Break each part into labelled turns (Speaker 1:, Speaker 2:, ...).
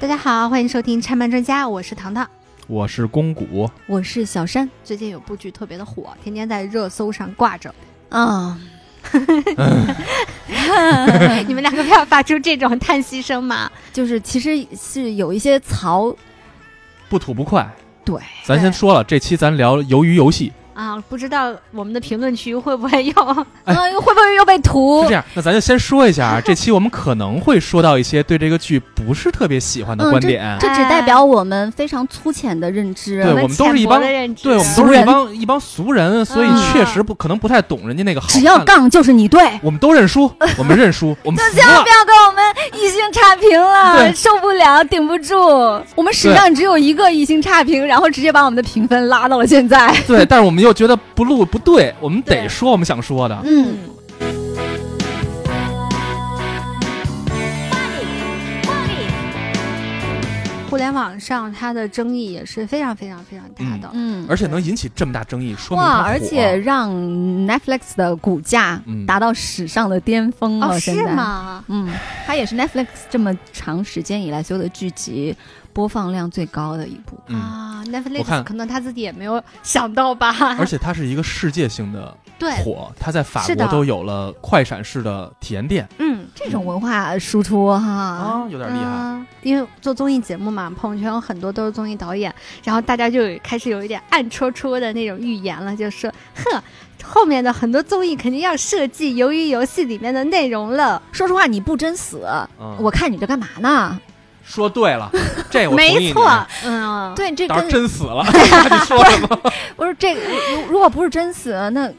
Speaker 1: 大家好，欢迎收听《拆漫专家》，我是糖糖，
Speaker 2: 我是公谷，
Speaker 3: 我是小山
Speaker 1: 最近有部剧特别的火，天天在热搜上挂着。
Speaker 3: 啊，
Speaker 1: 你们两个不要发出这种叹息声嘛！
Speaker 3: 就是其实是有一些槽，
Speaker 2: 不吐不快。
Speaker 3: 对，
Speaker 2: 咱先说了，这期咱聊鱿鱼游戏
Speaker 1: 啊，不知道我们的评论区会不会有？
Speaker 2: 哎
Speaker 3: 嗯，会不会又被
Speaker 2: 是
Speaker 3: 涂
Speaker 2: 这？样，那咱就先说一下啊，这期我们可能会说到一些对这个剧不是特别喜欢的
Speaker 3: 嗯
Speaker 2: 观
Speaker 3: 这
Speaker 2: 点，
Speaker 3: 这只代表我们非常粗浅的认知。
Speaker 2: 对我们都是一帮
Speaker 1: 浅薄的认知
Speaker 2: 对我们都是一帮一帮俗人，所以
Speaker 1: 嗯
Speaker 2: 确实不、可能不太懂人家那个好看
Speaker 3: 只要
Speaker 2: 的
Speaker 3: 杠就是你对，
Speaker 2: 我们都认输，我们认输，我们服
Speaker 3: 千万
Speaker 2: 了
Speaker 3: 不。要给我们一星差评了，
Speaker 2: 对
Speaker 3: 受不了，顶不住。我们史上只有一个一星差评，然后直接把我们的评分拉到了现在。
Speaker 2: 对，但是我们又觉得不录不对，我们得
Speaker 1: 对
Speaker 2: 说我们想说的。
Speaker 3: 嗯，
Speaker 1: 互联网上它的争议也是非常非常非常大的。
Speaker 3: 嗯
Speaker 2: 而且能引起这么大争议，说明
Speaker 3: 哇，
Speaker 2: 它火啊
Speaker 3: 而且让 Netflix 的股价
Speaker 2: 嗯
Speaker 3: 达到史上的巅峰了，
Speaker 1: 哦，
Speaker 3: 嗯现
Speaker 1: 是
Speaker 3: 在？
Speaker 1: 吗？
Speaker 3: 嗯，它也是 Netflix 这么长时间以来所有的剧集播放量最高的一部。
Speaker 2: 嗯，
Speaker 1: 啊
Speaker 2: 我
Speaker 1: ，Netflix
Speaker 2: 看
Speaker 1: 可能他自己也没有想到吧。
Speaker 2: 而且它是一个世界性的
Speaker 1: 对，
Speaker 2: 火，它在法
Speaker 1: 是
Speaker 2: 国
Speaker 1: 的
Speaker 2: 都有了快闪式的体验店
Speaker 1: 嗯，
Speaker 3: 这种文化输出哈、
Speaker 2: 啊，有点厉害。
Speaker 1: 嗯因为做综艺节目嘛，朋友圈有很多都是综艺导演，然后大家就有开始有一点暗戳戳的那种预言了，就说呵，后面的很多综艺肯定要设计《鱿鱼游戏》里面的内容了。
Speaker 3: 说实话，你不真死，
Speaker 2: 嗯，
Speaker 3: 我看你这干嘛呢？
Speaker 2: 说对了，这哎我同意
Speaker 1: 没
Speaker 2: 你
Speaker 1: 错，嗯，
Speaker 3: 对，这
Speaker 2: 到时候
Speaker 3: 跟
Speaker 2: 真死了， 你说什么？
Speaker 3: 不是这个，如如果不是真死，那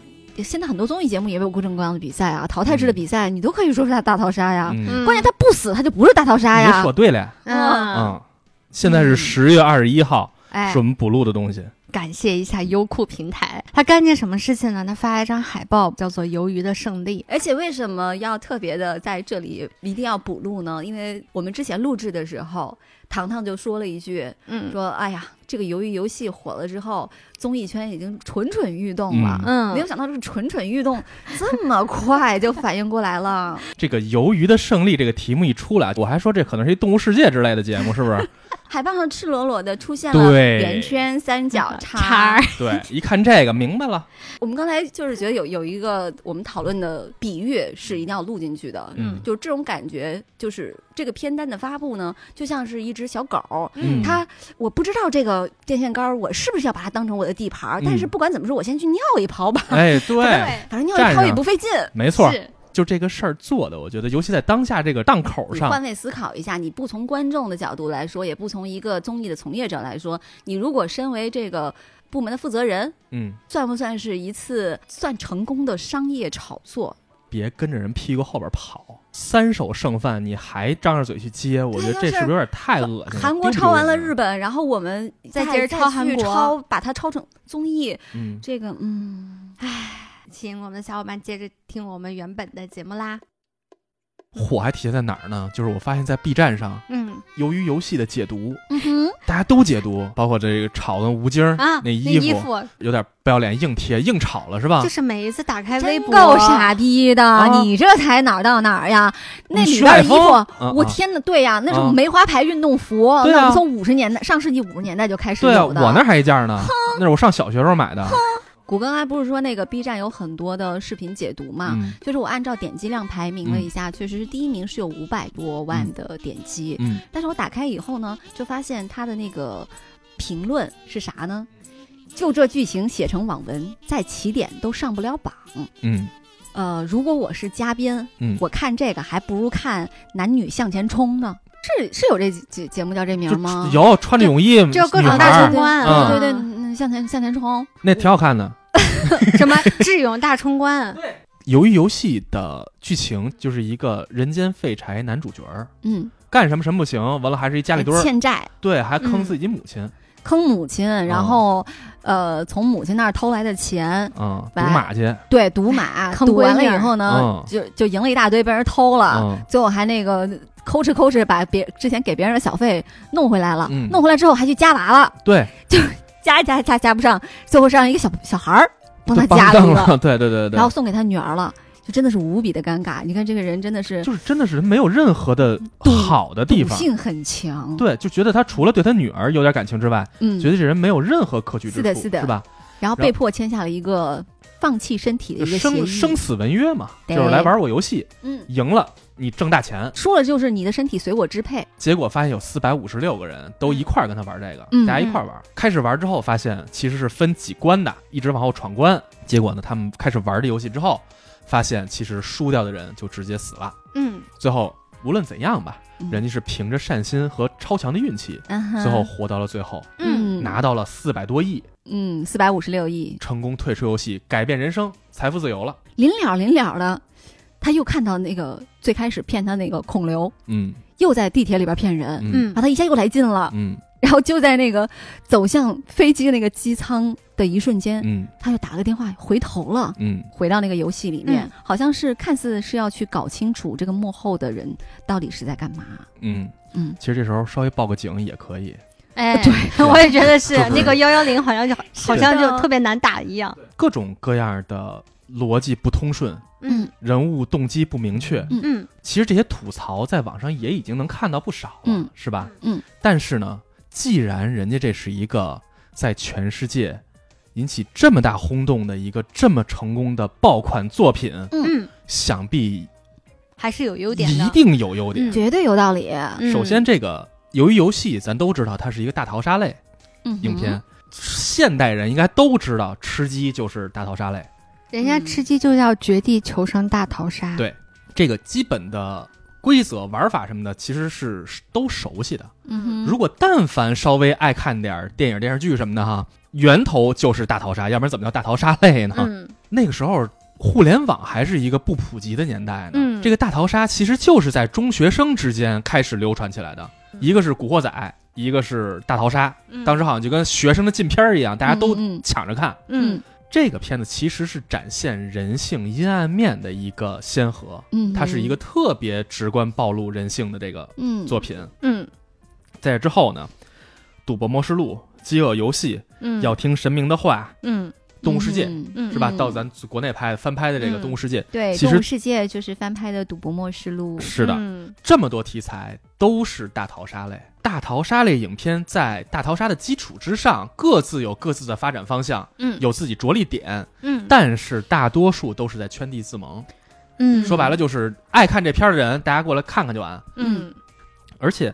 Speaker 3: 现在很多综艺节目也有各种各样的比赛啊，淘汰制的比赛，你都可以说是他大逃杀呀。
Speaker 2: 嗯
Speaker 1: 嗯，
Speaker 3: 关键他不死，他就不是大逃杀
Speaker 2: 你
Speaker 3: 哎呀
Speaker 2: 说。对了，
Speaker 1: 嗯，
Speaker 2: 嗯，现在是十月二十一号，
Speaker 1: 哎
Speaker 2: 是我，们补录的东西。
Speaker 1: 感谢一下优酷平台，他干件什么事情呢？他发了一张海报，叫做《鱿鱼的胜利》。
Speaker 3: 而且为什么要特别的在这里一定要补录呢？因为我们之前录制的时候，糖糖就说了一句，
Speaker 1: 嗯
Speaker 3: 说：“哎呀，这个鱿鱼游戏火了之后，综艺圈已经蠢蠢欲动了。没有
Speaker 1: 嗯，
Speaker 3: 想到这个蠢蠢欲动这么快就反应过来了，
Speaker 2: 这个鱿鱼的胜利这个题目一出来，我还说这可能是一动物世界之类的节目，是不是？
Speaker 3: 海报上赤裸裸的出现了
Speaker 2: 对
Speaker 3: 圆圈、三角、叉。
Speaker 1: 嗯叉儿
Speaker 2: 对，一看这个明白了。
Speaker 3: 我们刚才就是觉得有有一个我们讨论的比喻是一定要录进去的，
Speaker 2: 嗯
Speaker 3: 就这种感觉，就是这个片单的发布呢，就像是一只小狗，
Speaker 2: 嗯
Speaker 3: 它我不知道这个电线杆儿我是不是要把它当成我的地盘儿，
Speaker 2: 嗯
Speaker 3: 但是不管怎么说，我先去尿一泡吧，
Speaker 2: 哎， 对，
Speaker 3: 反正尿
Speaker 2: 站
Speaker 3: 一泡也
Speaker 2: 上
Speaker 3: 不费劲。
Speaker 2: 没错，
Speaker 1: 是
Speaker 2: 就这个事儿做的，我觉得，尤其在当下这个档口
Speaker 3: 你
Speaker 2: 上
Speaker 3: 换，位思考一下，你不从观众的角度来说，也不从一个综艺的从业者来说，你如果身为这个部门的负责人，
Speaker 2: 嗯，
Speaker 3: 算不算是一次算成功的商业炒作？
Speaker 2: 别跟着人屁股后边跑。三手剩饭，你还张着嘴去接，我觉得这
Speaker 3: 对就是
Speaker 2: 是不是有点太恶心了？
Speaker 3: 韩国
Speaker 2: 丢不丢
Speaker 3: 抄完了
Speaker 2: 人啊
Speaker 3: 日，本，然后我们
Speaker 1: 再
Speaker 3: 再
Speaker 1: 接着抄
Speaker 3: 再去
Speaker 1: 韩国
Speaker 3: 抄把它抄成综艺，
Speaker 2: 嗯，
Speaker 3: 这个嗯，
Speaker 1: 请我们的小伙伴接着听我们原本的节目啦。
Speaker 2: 火还体现在哪儿呢？就是我发现，在 B 站上，
Speaker 1: 嗯
Speaker 2: 由于游戏的解读，
Speaker 3: 嗯哼，
Speaker 2: 大家都解读，包括这个炒的吴京儿
Speaker 1: 啊，
Speaker 2: 那
Speaker 1: 衣
Speaker 2: 衣服有点不要脸，硬贴硬炒了是吧？
Speaker 1: 就是每一次打开微
Speaker 3: 真
Speaker 1: 博，
Speaker 3: 够傻逼的！
Speaker 2: 啊
Speaker 3: 你这才哪儿到哪儿呀？那
Speaker 2: 你
Speaker 3: 里
Speaker 2: 学
Speaker 3: 边的
Speaker 2: 海
Speaker 3: 衣
Speaker 2: 风
Speaker 3: 服，
Speaker 2: 嗯
Speaker 3: 我
Speaker 2: 嗯
Speaker 3: 天呐，对呀，那
Speaker 2: 嗯
Speaker 3: 种梅花牌运动服，
Speaker 2: 对
Speaker 3: 那
Speaker 2: 啊
Speaker 3: 我们从五十年代上世纪五十年代就开始
Speaker 2: 对啊，
Speaker 3: 有的。
Speaker 2: 我那儿还一件呢，那是我上小学时候买的。
Speaker 3: 谷歌刚才不是说那个 B 站有很多的视频解读嘛？
Speaker 2: 嗯
Speaker 3: 就是我按照点击量排名了一下，确实是第一名是有五百多万的点击，
Speaker 2: 嗯，
Speaker 3: 但是我打开以后呢，就发现它的那个评论是啥呢？就这剧情写成网文，在起点都上不了榜。
Speaker 2: 嗯，
Speaker 3: 呃，如果我是嘉宾，
Speaker 2: 嗯
Speaker 3: 我看这个还不如看《男女向前冲》呢。是是有这节节目叫这名
Speaker 2: 就
Speaker 3: 儿吗？
Speaker 2: 有穿着泳衣，
Speaker 1: 这有各
Speaker 2: 女
Speaker 1: 种
Speaker 2: 孩
Speaker 1: 大
Speaker 2: 儿
Speaker 1: 冲关
Speaker 2: 啊
Speaker 3: 对对对，
Speaker 1: 嗯
Speaker 3: 嗯向前向前冲，
Speaker 2: 那挺好看的。
Speaker 1: 什 么智勇大冲关，
Speaker 2: 由于游戏的剧情就是一个人间废柴男主角儿，
Speaker 3: 嗯，
Speaker 2: 干什么什么不行，完了还是一家里蹲儿，
Speaker 3: 呃欠债，
Speaker 2: 对，还
Speaker 1: 嗯
Speaker 2: 坑自己母亲，
Speaker 3: 坑母亲，然后、呃从母亲那儿偷来的钱，哎
Speaker 2: 嗯，赌
Speaker 3: 完
Speaker 2: 马去，
Speaker 3: 对，赌马，
Speaker 1: 坑
Speaker 3: 赌完
Speaker 1: 闺
Speaker 3: 了
Speaker 1: 女
Speaker 3: 以
Speaker 1: 儿
Speaker 3: 后呢，
Speaker 2: 嗯
Speaker 3: 就就赢了一大堆，被人偷了，
Speaker 2: 嗯，
Speaker 3: 最后还那个抠哧抠哧把别之前给别人的小费弄回来了，
Speaker 2: 嗯
Speaker 3: 弄回来之后还去夹娃娃，
Speaker 2: 对，
Speaker 3: 夹夹夹夹不上，最后是让一个小小孩儿帮
Speaker 2: 就
Speaker 3: 他
Speaker 2: 帮
Speaker 3: 夹了
Speaker 2: 当
Speaker 3: 一个，
Speaker 2: 了，对对对对，
Speaker 3: 然后送给他女儿了。就真的是无比的尴尬。你看这个人真的是
Speaker 2: 就是真的是没有任何的
Speaker 3: 赌
Speaker 2: 好的地
Speaker 3: 赌
Speaker 2: 方，
Speaker 3: 性很强，，
Speaker 2: 对，就觉得他除了对他女儿有点感情之外，
Speaker 3: 嗯，
Speaker 2: 觉得这人没有任何可取之
Speaker 3: 是的
Speaker 2: 处，
Speaker 3: 是的
Speaker 2: 吧？然
Speaker 3: 然后
Speaker 2: 后
Speaker 3: 被迫签下了一个放弃身体的
Speaker 2: 就
Speaker 3: 一个协
Speaker 2: 生
Speaker 3: 议，
Speaker 2: 生死文约嘛，就
Speaker 3: 对
Speaker 2: 是来玩我游戏，
Speaker 3: 嗯，
Speaker 2: 赢了你挣大钱。
Speaker 3: 说了就是你的身体随我支配，
Speaker 2: 结果发现有四百五十六个人都一块儿跟他玩这个，
Speaker 3: 嗯
Speaker 2: 大家一块儿玩。开始玩之后发现其实是分几关的，一直往后闯关。结果呢，他们开始玩这游戏之后，发现其实输掉的人就直接死了。
Speaker 1: 嗯，
Speaker 2: 最后无论怎样吧，
Speaker 3: 嗯
Speaker 2: 人家是凭着善心和超强的运气，
Speaker 3: 嗯哼，
Speaker 2: 最后活到了最后，
Speaker 1: 嗯
Speaker 3: 嗯
Speaker 2: 拿到了四百多亿，
Speaker 3: 嗯四百五十六亿，
Speaker 2: 成功退出游戏，改变人生，财富自由了。
Speaker 3: 临了临了的，他又看到那个最开始骗他那个孔刘
Speaker 2: 嗯
Speaker 3: 又在地铁里边骗人，
Speaker 2: 嗯
Speaker 1: 嗯
Speaker 3: 把他一下又来劲了，
Speaker 2: 嗯
Speaker 3: 然后就在那个走向飞机的那个机舱的一瞬间，
Speaker 2: 嗯
Speaker 3: 他就打了个电话回头了。
Speaker 2: 嗯，
Speaker 3: 回到那个游戏里面，
Speaker 1: 嗯
Speaker 3: 好像是看似是要去搞清楚这个幕后的人到底是在干嘛。
Speaker 2: 嗯，
Speaker 3: 嗯，
Speaker 2: 其实这时候稍微报个警也可以。
Speaker 1: 哎，
Speaker 3: 对
Speaker 1: 我也觉得是
Speaker 2: 就是啊
Speaker 1: 那个幺幺零，好像就好像
Speaker 3: 是
Speaker 1: 就
Speaker 3: 的
Speaker 1: 特别难打一样。
Speaker 2: 各种各样的逻辑不通顺，
Speaker 1: 嗯
Speaker 2: 人物动机不明确。
Speaker 3: 嗯
Speaker 1: 嗯
Speaker 2: 其实这些吐槽在网上也已经能看到不少了，
Speaker 3: 嗯
Speaker 2: 是吧？
Speaker 3: 嗯。
Speaker 2: 但是呢，既然人家这是一个在全世界引起这么大轰动的一个这么成功的爆款作品，
Speaker 1: 嗯，
Speaker 2: 想必
Speaker 1: 还是有优点的。
Speaker 2: 一定有优点。
Speaker 1: 嗯
Speaker 3: 绝对有道理。
Speaker 1: 嗯
Speaker 2: 首先，这个由于游戏，咱都知道它是一个大逃杀类
Speaker 3: 嗯哼，
Speaker 2: 影片，现代人应该都知道吃鸡就是大逃杀类。
Speaker 1: 人家吃鸡就叫绝地求生大逃杀。
Speaker 2: 对这个基本的规则、玩法什么的，其实是都熟悉的。
Speaker 3: 嗯哼，
Speaker 2: 如果但凡稍微爱看点儿电影、电视剧什么的哈，源头就是大逃杀，要不然怎么叫大逃杀类呢？
Speaker 1: 嗯
Speaker 2: 那个时候。互联网还是一个不普及的年代呢，
Speaker 1: 嗯
Speaker 2: 这个大逃杀其实就是在中学生之间开始流传起来的。一个是《古惑仔》，一个是大逃杀，
Speaker 1: 嗯
Speaker 2: 当时好像就跟学生的禁片儿一样，大家都
Speaker 3: 嗯嗯
Speaker 2: 抢着看。
Speaker 1: 嗯
Speaker 2: 这个片子其实是展现人性阴暗面的一个先河，
Speaker 3: 嗯哼，
Speaker 2: 它是一个特别直观暴露人性的这个
Speaker 3: 嗯
Speaker 2: 作品。
Speaker 1: 嗯
Speaker 2: 在这之后呢，《赌博默示录》《饥饿游戏》
Speaker 1: 嗯，
Speaker 2: 要听神明的话，
Speaker 1: 嗯
Speaker 2: 动物世界
Speaker 3: 嗯
Speaker 1: 嗯
Speaker 2: 是吧？
Speaker 3: 嗯
Speaker 2: 到咱国内拍翻拍的这个
Speaker 1: 嗯
Speaker 2: 《动物世界》，
Speaker 3: 对，
Speaker 2: 其实
Speaker 3: 动物世界就是翻拍的《赌博默示录》。
Speaker 2: 是的，
Speaker 1: 嗯
Speaker 2: 这么多题材都是大逃杀类。大逃杀类影片在大逃杀的基础之上，各自有各自的发展方向，
Speaker 1: 嗯
Speaker 2: 有自己着力点，
Speaker 1: 嗯
Speaker 2: 但是大多数都是在圈地自萌。
Speaker 1: 嗯
Speaker 2: 说白了就是爱看这片儿的人，大家过来看看就完。
Speaker 1: 嗯
Speaker 2: 而且，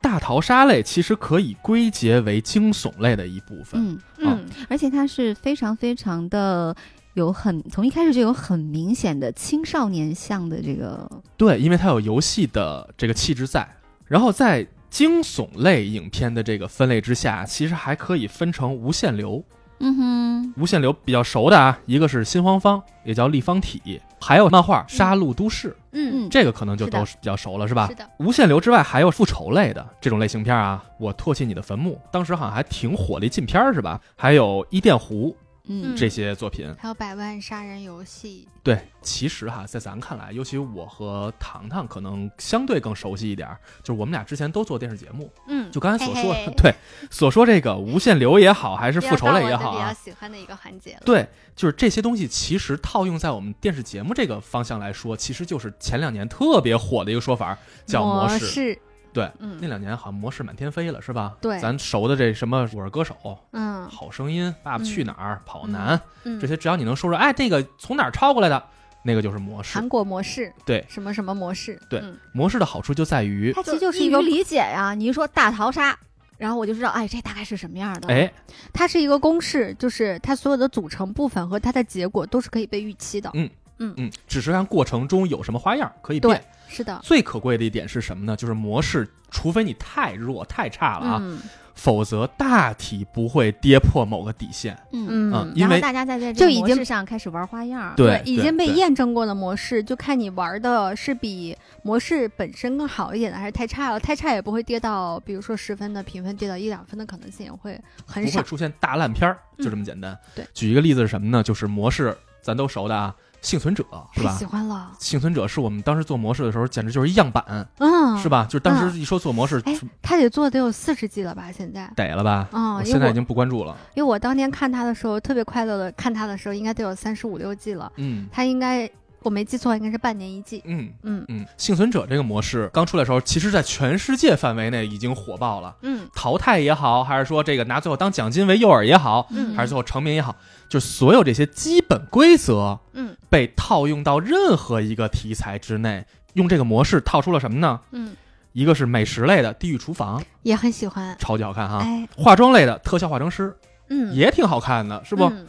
Speaker 2: 大逃杀类其实可以归结为惊悚类的啊一部分。
Speaker 3: 嗯，
Speaker 1: 嗯
Speaker 3: 而且它是非常非常的有很从一开始就有很明显的青少年向的这个
Speaker 2: 对，因为它有游戏的这个气质在。然后在惊悚类影片的这个分类之下，其实还可以分成无限流。
Speaker 3: 嗯哼
Speaker 2: 无限流比较熟的啊，一个是新荒方，也叫立方体，还有漫画《杀戮都市》
Speaker 1: 嗯，
Speaker 3: 嗯
Speaker 2: 这个可能就是
Speaker 1: 的
Speaker 2: 都是比较熟了，是吧？
Speaker 1: 是的，
Speaker 2: 无限流之外，还有复仇类的这种类型片啊，我唾弃你的坟墓，当时好像还挺火的一禁片儿是吧？还有伊甸湖
Speaker 3: 嗯
Speaker 2: 这些作品，
Speaker 1: 还有百万杀人游戏。
Speaker 2: 对，其实哈，在咱看来，尤其我和糖糖可能相对更熟悉一点儿，就是我们俩之前都做电视节目，
Speaker 1: 嗯，
Speaker 2: 就刚才所说
Speaker 1: 嘿嘿
Speaker 2: 对所说这个无限流也好，还是复仇类也好
Speaker 1: 比较
Speaker 2: 啊，
Speaker 1: 喜欢的一个环节了。
Speaker 2: 对，就是这些东西其实套用在我们电视节目这个方向来说，其实就是前两年特别火的一个说法儿，叫模式。
Speaker 1: 式，
Speaker 2: 对，那
Speaker 1: 嗯
Speaker 2: 两年好像模式满天飞了，是吧？
Speaker 1: 对
Speaker 2: 咱熟的这什么《我是歌手》《
Speaker 1: 嗯
Speaker 2: 好声音》《爸爸去哪儿》跑男》
Speaker 1: 嗯，
Speaker 2: 这些，只要你能说出哎，这个从哪儿抄过来的，那个就是模式
Speaker 1: 韩。国模式，
Speaker 2: 对，
Speaker 1: 什么什么模式，
Speaker 2: 对
Speaker 1: 嗯
Speaker 2: 模式的好处就在于，
Speaker 3: 它
Speaker 1: 其实就是
Speaker 3: 易
Speaker 1: 一
Speaker 3: 于
Speaker 1: 个
Speaker 3: 理解呀、你一说大逃杀，然后我就知道，哎，这大概是什么样的。，
Speaker 1: 嗯
Speaker 2: 哎，
Speaker 1: 它是一个公式，就是它所有的组成部分和它的结果都是可以被预期的。
Speaker 2: 嗯，只是看过程中有什么花样可以
Speaker 1: 对
Speaker 2: 变。，
Speaker 1: 是的，
Speaker 2: 最可贵的一点是什么呢？就是模式，除非你太弱太差了啊，
Speaker 1: 嗯
Speaker 2: 否则大体不会跌破某个底线。
Speaker 3: 嗯，
Speaker 2: 嗯
Speaker 1: 嗯，
Speaker 2: 因
Speaker 3: 然后
Speaker 2: 为
Speaker 3: 大家在这
Speaker 1: 就
Speaker 3: 个
Speaker 1: 已
Speaker 3: 模
Speaker 1: 经
Speaker 3: 式上开始玩花样。
Speaker 2: 对
Speaker 1: 已经被
Speaker 2: 对
Speaker 1: 验证过的模式，就看你玩的是比模式本身更好一点的，还是太差了。太差也不会跌到，比如说十分的评分跌到一两分的可能性也会很
Speaker 2: 不会
Speaker 1: 少。嗯
Speaker 2: 出现大烂片儿，就这么简单。
Speaker 1: 对，
Speaker 2: 举一个例子是什么呢？就是模式，咱都熟的啊，幸存者是
Speaker 1: 太
Speaker 2: 吧
Speaker 1: 喜？欢了，
Speaker 2: 幸存者是我们当时做模式的时候，简直就是样板，
Speaker 1: 嗯，
Speaker 2: 是吧？就是当时一说做模式，
Speaker 1: 哎他得做得有四十集了吧？现在，
Speaker 2: 逮了吧？
Speaker 1: 嗯
Speaker 2: 我，
Speaker 1: 因
Speaker 2: 现
Speaker 1: 为
Speaker 2: 在
Speaker 1: 我
Speaker 2: 已经不关注了。
Speaker 1: 因为我当年看他的时候特别快乐的，看他的时候应该得有三十五六季了。
Speaker 2: 嗯，
Speaker 1: 他应该我没记错，应该是半年一季。
Speaker 2: 嗯
Speaker 1: 嗯
Speaker 2: 嗯，幸存者这个模式刚出来的时候，其实在全世界范围内已经火爆了。
Speaker 1: 嗯
Speaker 2: 淘汰也好，还是说这个拿最后当奖金为诱饵也好，
Speaker 1: 嗯
Speaker 2: 还是最后成名也好，就所有这些基本规则
Speaker 1: 嗯
Speaker 2: 被套用到任何一个题材之内，用这个模式套出了什么呢？
Speaker 1: 嗯，
Speaker 2: 一个是美食类的《地狱厨房》，
Speaker 1: 也很喜欢。
Speaker 2: 超级好看哈；
Speaker 1: 哎，
Speaker 2: 化妆类的《特效化妆师》
Speaker 1: 嗯，
Speaker 2: 啊也挺好看的，是不？
Speaker 1: 嗯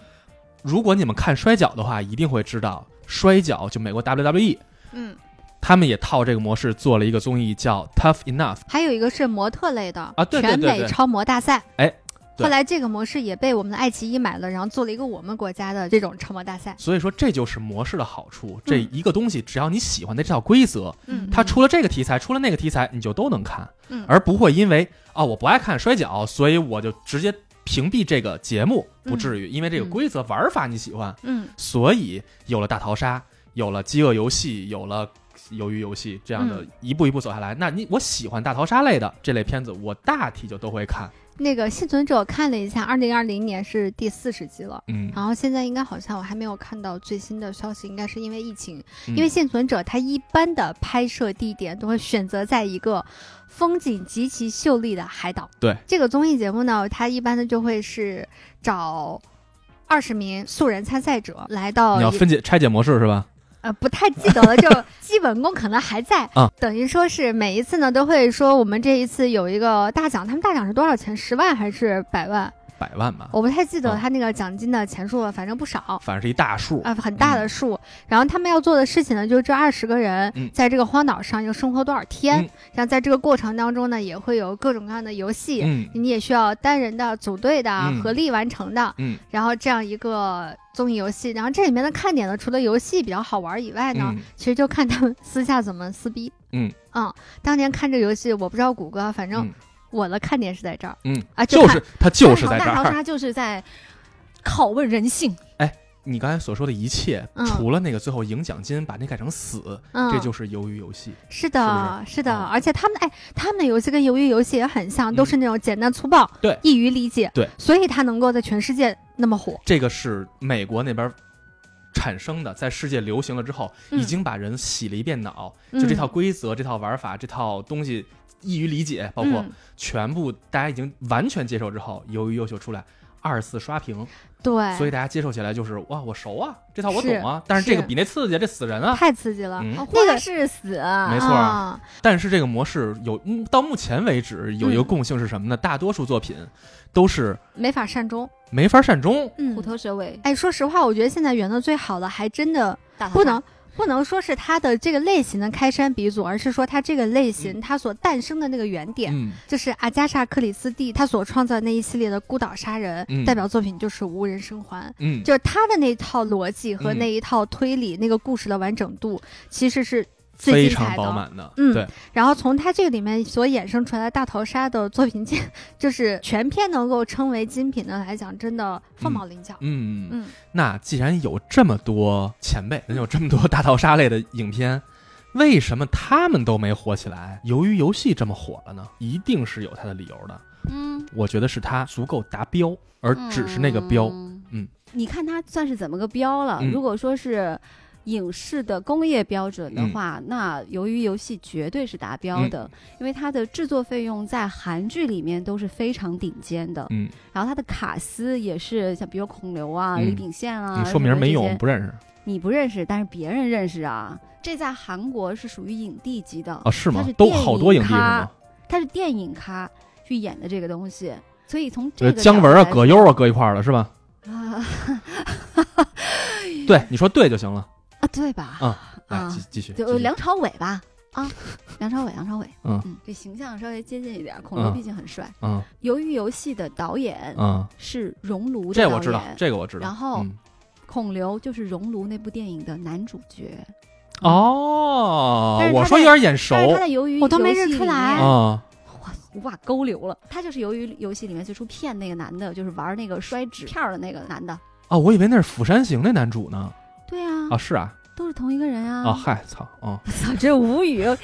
Speaker 2: 如果你们看摔跤的话，一定会知道摔跤就美国 WWE，
Speaker 1: 嗯，
Speaker 2: 他们也套这个模式做了一个综艺叫《Tough Enough》。
Speaker 1: 还有一个是模特类的
Speaker 2: 啊对对
Speaker 1: 全
Speaker 2: 对
Speaker 1: 美
Speaker 2: 对
Speaker 1: 超模大赛。
Speaker 2: 哎，对
Speaker 1: 后来这个模式也被我们的爱奇艺买了，然后做了一个我们国家的这种超模大赛。
Speaker 2: 所以说，这就是模式的好处。这一个东西，只要你喜欢的这套规则，
Speaker 1: 嗯，
Speaker 2: 它出了这个题材，出了那个题材，你就都能看，
Speaker 1: 嗯
Speaker 2: 而不会因为啊、我不爱看摔跤，所以我就直接屏蔽这个节目，不至于，因为这个规则玩法你喜欢，
Speaker 1: 嗯
Speaker 2: 所以有了大逃杀，有了饥饿游戏，有了。鱿鱼游戏这样的
Speaker 1: 嗯
Speaker 2: 一步一步走下来，那你我喜欢大逃杀类的这类片子，我大体就都会看。
Speaker 1: 那个幸存者我看了一下，二零二零年是第四十集了。
Speaker 2: 嗯，
Speaker 1: 然后现在应该好像我还没有看到最新的消息，应该是因为疫情，
Speaker 2: 嗯
Speaker 1: 因为幸存者它一般的拍摄地点都会选择在一个风景极其秀丽的海岛。
Speaker 2: 对
Speaker 1: 这个综艺节目呢，它一般的就会是找二十名素人参赛者来到
Speaker 2: 你要
Speaker 1: 一
Speaker 2: 分解拆解模式是吧？
Speaker 1: 呃， 不太记得了，就基本功可能还在。
Speaker 2: 啊
Speaker 1: 等于说是每一次呢都会说我们这一次有一个大奖，他们大奖是多少钱？十万还是百万？
Speaker 2: 百万吧，
Speaker 1: 我不太记得
Speaker 2: 啊
Speaker 1: 他那个奖金的钱数了，反正不少。
Speaker 2: 反正是一大数。
Speaker 1: 啊、很大的数。然后他们要做的事情呢，就是这二十个人
Speaker 2: 嗯
Speaker 1: 在这个荒岛上要生活多少天，
Speaker 2: 嗯
Speaker 1: 然后在这个过程当中呢，也会有各种各样的游戏。
Speaker 2: 嗯
Speaker 1: 你也需要单人的、组队的、
Speaker 2: 嗯
Speaker 1: 合力完成的，
Speaker 2: 嗯
Speaker 1: 然后这样一个综艺游戏。然后这里面的看点呢，除了游戏比较好玩以外呢，
Speaker 2: 嗯
Speaker 1: 其实就看他们 私下怎么撕逼。
Speaker 2: 嗯
Speaker 1: 当年看这个游戏，我不知道谷歌，反正
Speaker 2: 嗯
Speaker 1: 我的看点是在这儿
Speaker 2: 嗯，
Speaker 1: 啊，
Speaker 2: 就
Speaker 1: 看
Speaker 2: 是他就是
Speaker 3: 大
Speaker 2: 在
Speaker 3: 逃
Speaker 2: 这
Speaker 3: 大逃
Speaker 2: 儿。
Speaker 3: 杀就是在拷问人性，
Speaker 2: 你刚才所说的一切，
Speaker 1: 嗯
Speaker 2: 除了那个最后赢奖金把那改成死，
Speaker 1: 嗯，
Speaker 2: 这就是鱿鱼游戏。
Speaker 1: 是的，是的，
Speaker 2: 嗯
Speaker 1: 而且他们哎，他们的游戏跟鱿鱼游戏也很像，
Speaker 2: 嗯
Speaker 1: 都是那种简单粗暴，
Speaker 2: 对
Speaker 1: 易于理解，
Speaker 2: 对，
Speaker 1: 所以它能够在全世界那么火，
Speaker 2: 这个是美国那边产生的，在世界流行了之后，
Speaker 1: 嗯
Speaker 2: 已经把人洗了一遍脑。
Speaker 1: 嗯
Speaker 2: 就这套规则、这套玩法、这套东西易于理解，包括
Speaker 1: 嗯
Speaker 2: 全部大家已经完全接受之后，鱿鱼优秀出来。二次刷屏，
Speaker 1: 对，
Speaker 2: 所以大家接受起来就是哇，我熟啊，这套我
Speaker 1: 哎是
Speaker 2: 懂啊，但是这个
Speaker 1: 是
Speaker 2: 比那刺激，这死人啊，
Speaker 1: 太刺激了。
Speaker 2: 嗯
Speaker 3: 哦
Speaker 1: 那个
Speaker 3: 花式死，
Speaker 2: 没错
Speaker 1: 啊
Speaker 2: 啊，但是这个模式有，嗯，到目前为止有一个
Speaker 1: 嗯
Speaker 2: 共性是什么呢？大多数作品都是
Speaker 1: 没法善终。
Speaker 2: 没法善终。
Speaker 1: 嗯
Speaker 3: 虎，头蛇尾，
Speaker 1: 哎，说实话，我觉得现在圆的最好的，还真的
Speaker 3: 大逃杀
Speaker 1: 不能不能说是它的这个类型的开山鼻祖，而是说它这个类型它所诞生的那个原点，
Speaker 2: 嗯
Speaker 1: 就是阿加莎·克里斯蒂她所创造的那一系列的孤岛杀人、
Speaker 2: 嗯
Speaker 1: 代表作品，就是《无人生还》。
Speaker 2: 嗯，
Speaker 1: 就是他的那套逻辑和
Speaker 2: 嗯
Speaker 1: 那一套推理、那个故事的完整度，其实是最
Speaker 2: 非
Speaker 1: 精
Speaker 2: 常
Speaker 1: 彩
Speaker 2: 饱
Speaker 1: 的。
Speaker 2: 满的。
Speaker 1: 嗯
Speaker 2: 对，
Speaker 1: 然后从他这个里面所衍生出来的大逃杀的作品集， 就是全篇能够称为精品的来讲，真的凤毛麟角。
Speaker 2: 嗯
Speaker 1: 嗯
Speaker 2: 那既然有这么多前辈，有这么多大逃杀类的影片，为什么他们都没火起来？由于游戏这么火了呢，一定是有它的理由的。
Speaker 3: 嗯，
Speaker 2: 我觉得是它足够达标，而只是那个标。嗯，
Speaker 3: 你看它算是怎么个标了？
Speaker 2: 嗯
Speaker 3: 如果说是。影视的工业标准的
Speaker 2: 嗯
Speaker 3: 话，那由于游戏绝对是达标的，因为它的制作费用在韩剧里面都是非常顶尖的，
Speaker 2: 嗯，
Speaker 3: 然后它的卡司也是像比如孔刘啊、
Speaker 2: 嗯
Speaker 3: 李秉宪啊，
Speaker 2: 你说名没
Speaker 3: 什么这
Speaker 2: 用，
Speaker 3: 些
Speaker 2: 不认识
Speaker 3: 你不认识，但是别人认识啊，这在韩国是属于影帝级的
Speaker 2: 啊？是吗
Speaker 3: 它是？
Speaker 2: 都
Speaker 3: 电
Speaker 2: 好
Speaker 3: 影
Speaker 2: 多影帝是
Speaker 3: 咖
Speaker 2: 吗？
Speaker 3: 他是电影咖去演的这个东西，所以从这
Speaker 2: 呃
Speaker 3: 个
Speaker 2: 姜文啊、葛优
Speaker 3: 啊
Speaker 2: 啊搁一块儿了是吧？
Speaker 3: 啊
Speaker 2: 对，你说对就行了。
Speaker 3: 啊对吧？
Speaker 2: 啊来
Speaker 3: 啊
Speaker 2: 继继续，继
Speaker 3: 就
Speaker 2: 续
Speaker 3: 梁朝伟吧 啊，梁朝伟，梁朝伟，
Speaker 2: 嗯
Speaker 3: 对形象稍微接近一点，孔刘
Speaker 2: 嗯
Speaker 3: 毕竟很帅。
Speaker 2: 嗯
Speaker 3: 由于游戏的导演
Speaker 2: 嗯，
Speaker 3: 是熔炉的
Speaker 2: 这
Speaker 3: 导
Speaker 2: 我
Speaker 3: 演，
Speaker 2: 知道，这个我知道。
Speaker 3: 然后
Speaker 2: 嗯
Speaker 3: 孔刘就是熔炉那部电影的男主角，
Speaker 2: 哦
Speaker 3: 但，是
Speaker 2: 我
Speaker 3: 他
Speaker 2: 说
Speaker 3: 在
Speaker 2: 有点眼熟
Speaker 3: 但是他在由于
Speaker 1: 我都没认出来哎
Speaker 2: 啊，
Speaker 3: 无法勾留了。他就是由于游戏里面最初骗那个男的，就是玩那个摔纸片儿的那个男的。
Speaker 2: 哦，我以为那是《釜山行》那男主呢。
Speaker 3: 对啊，
Speaker 2: 啊，是啊，
Speaker 3: 都是同一个人啊。
Speaker 2: 啊，嗨，操，啊，
Speaker 3: 哎操，真无语！我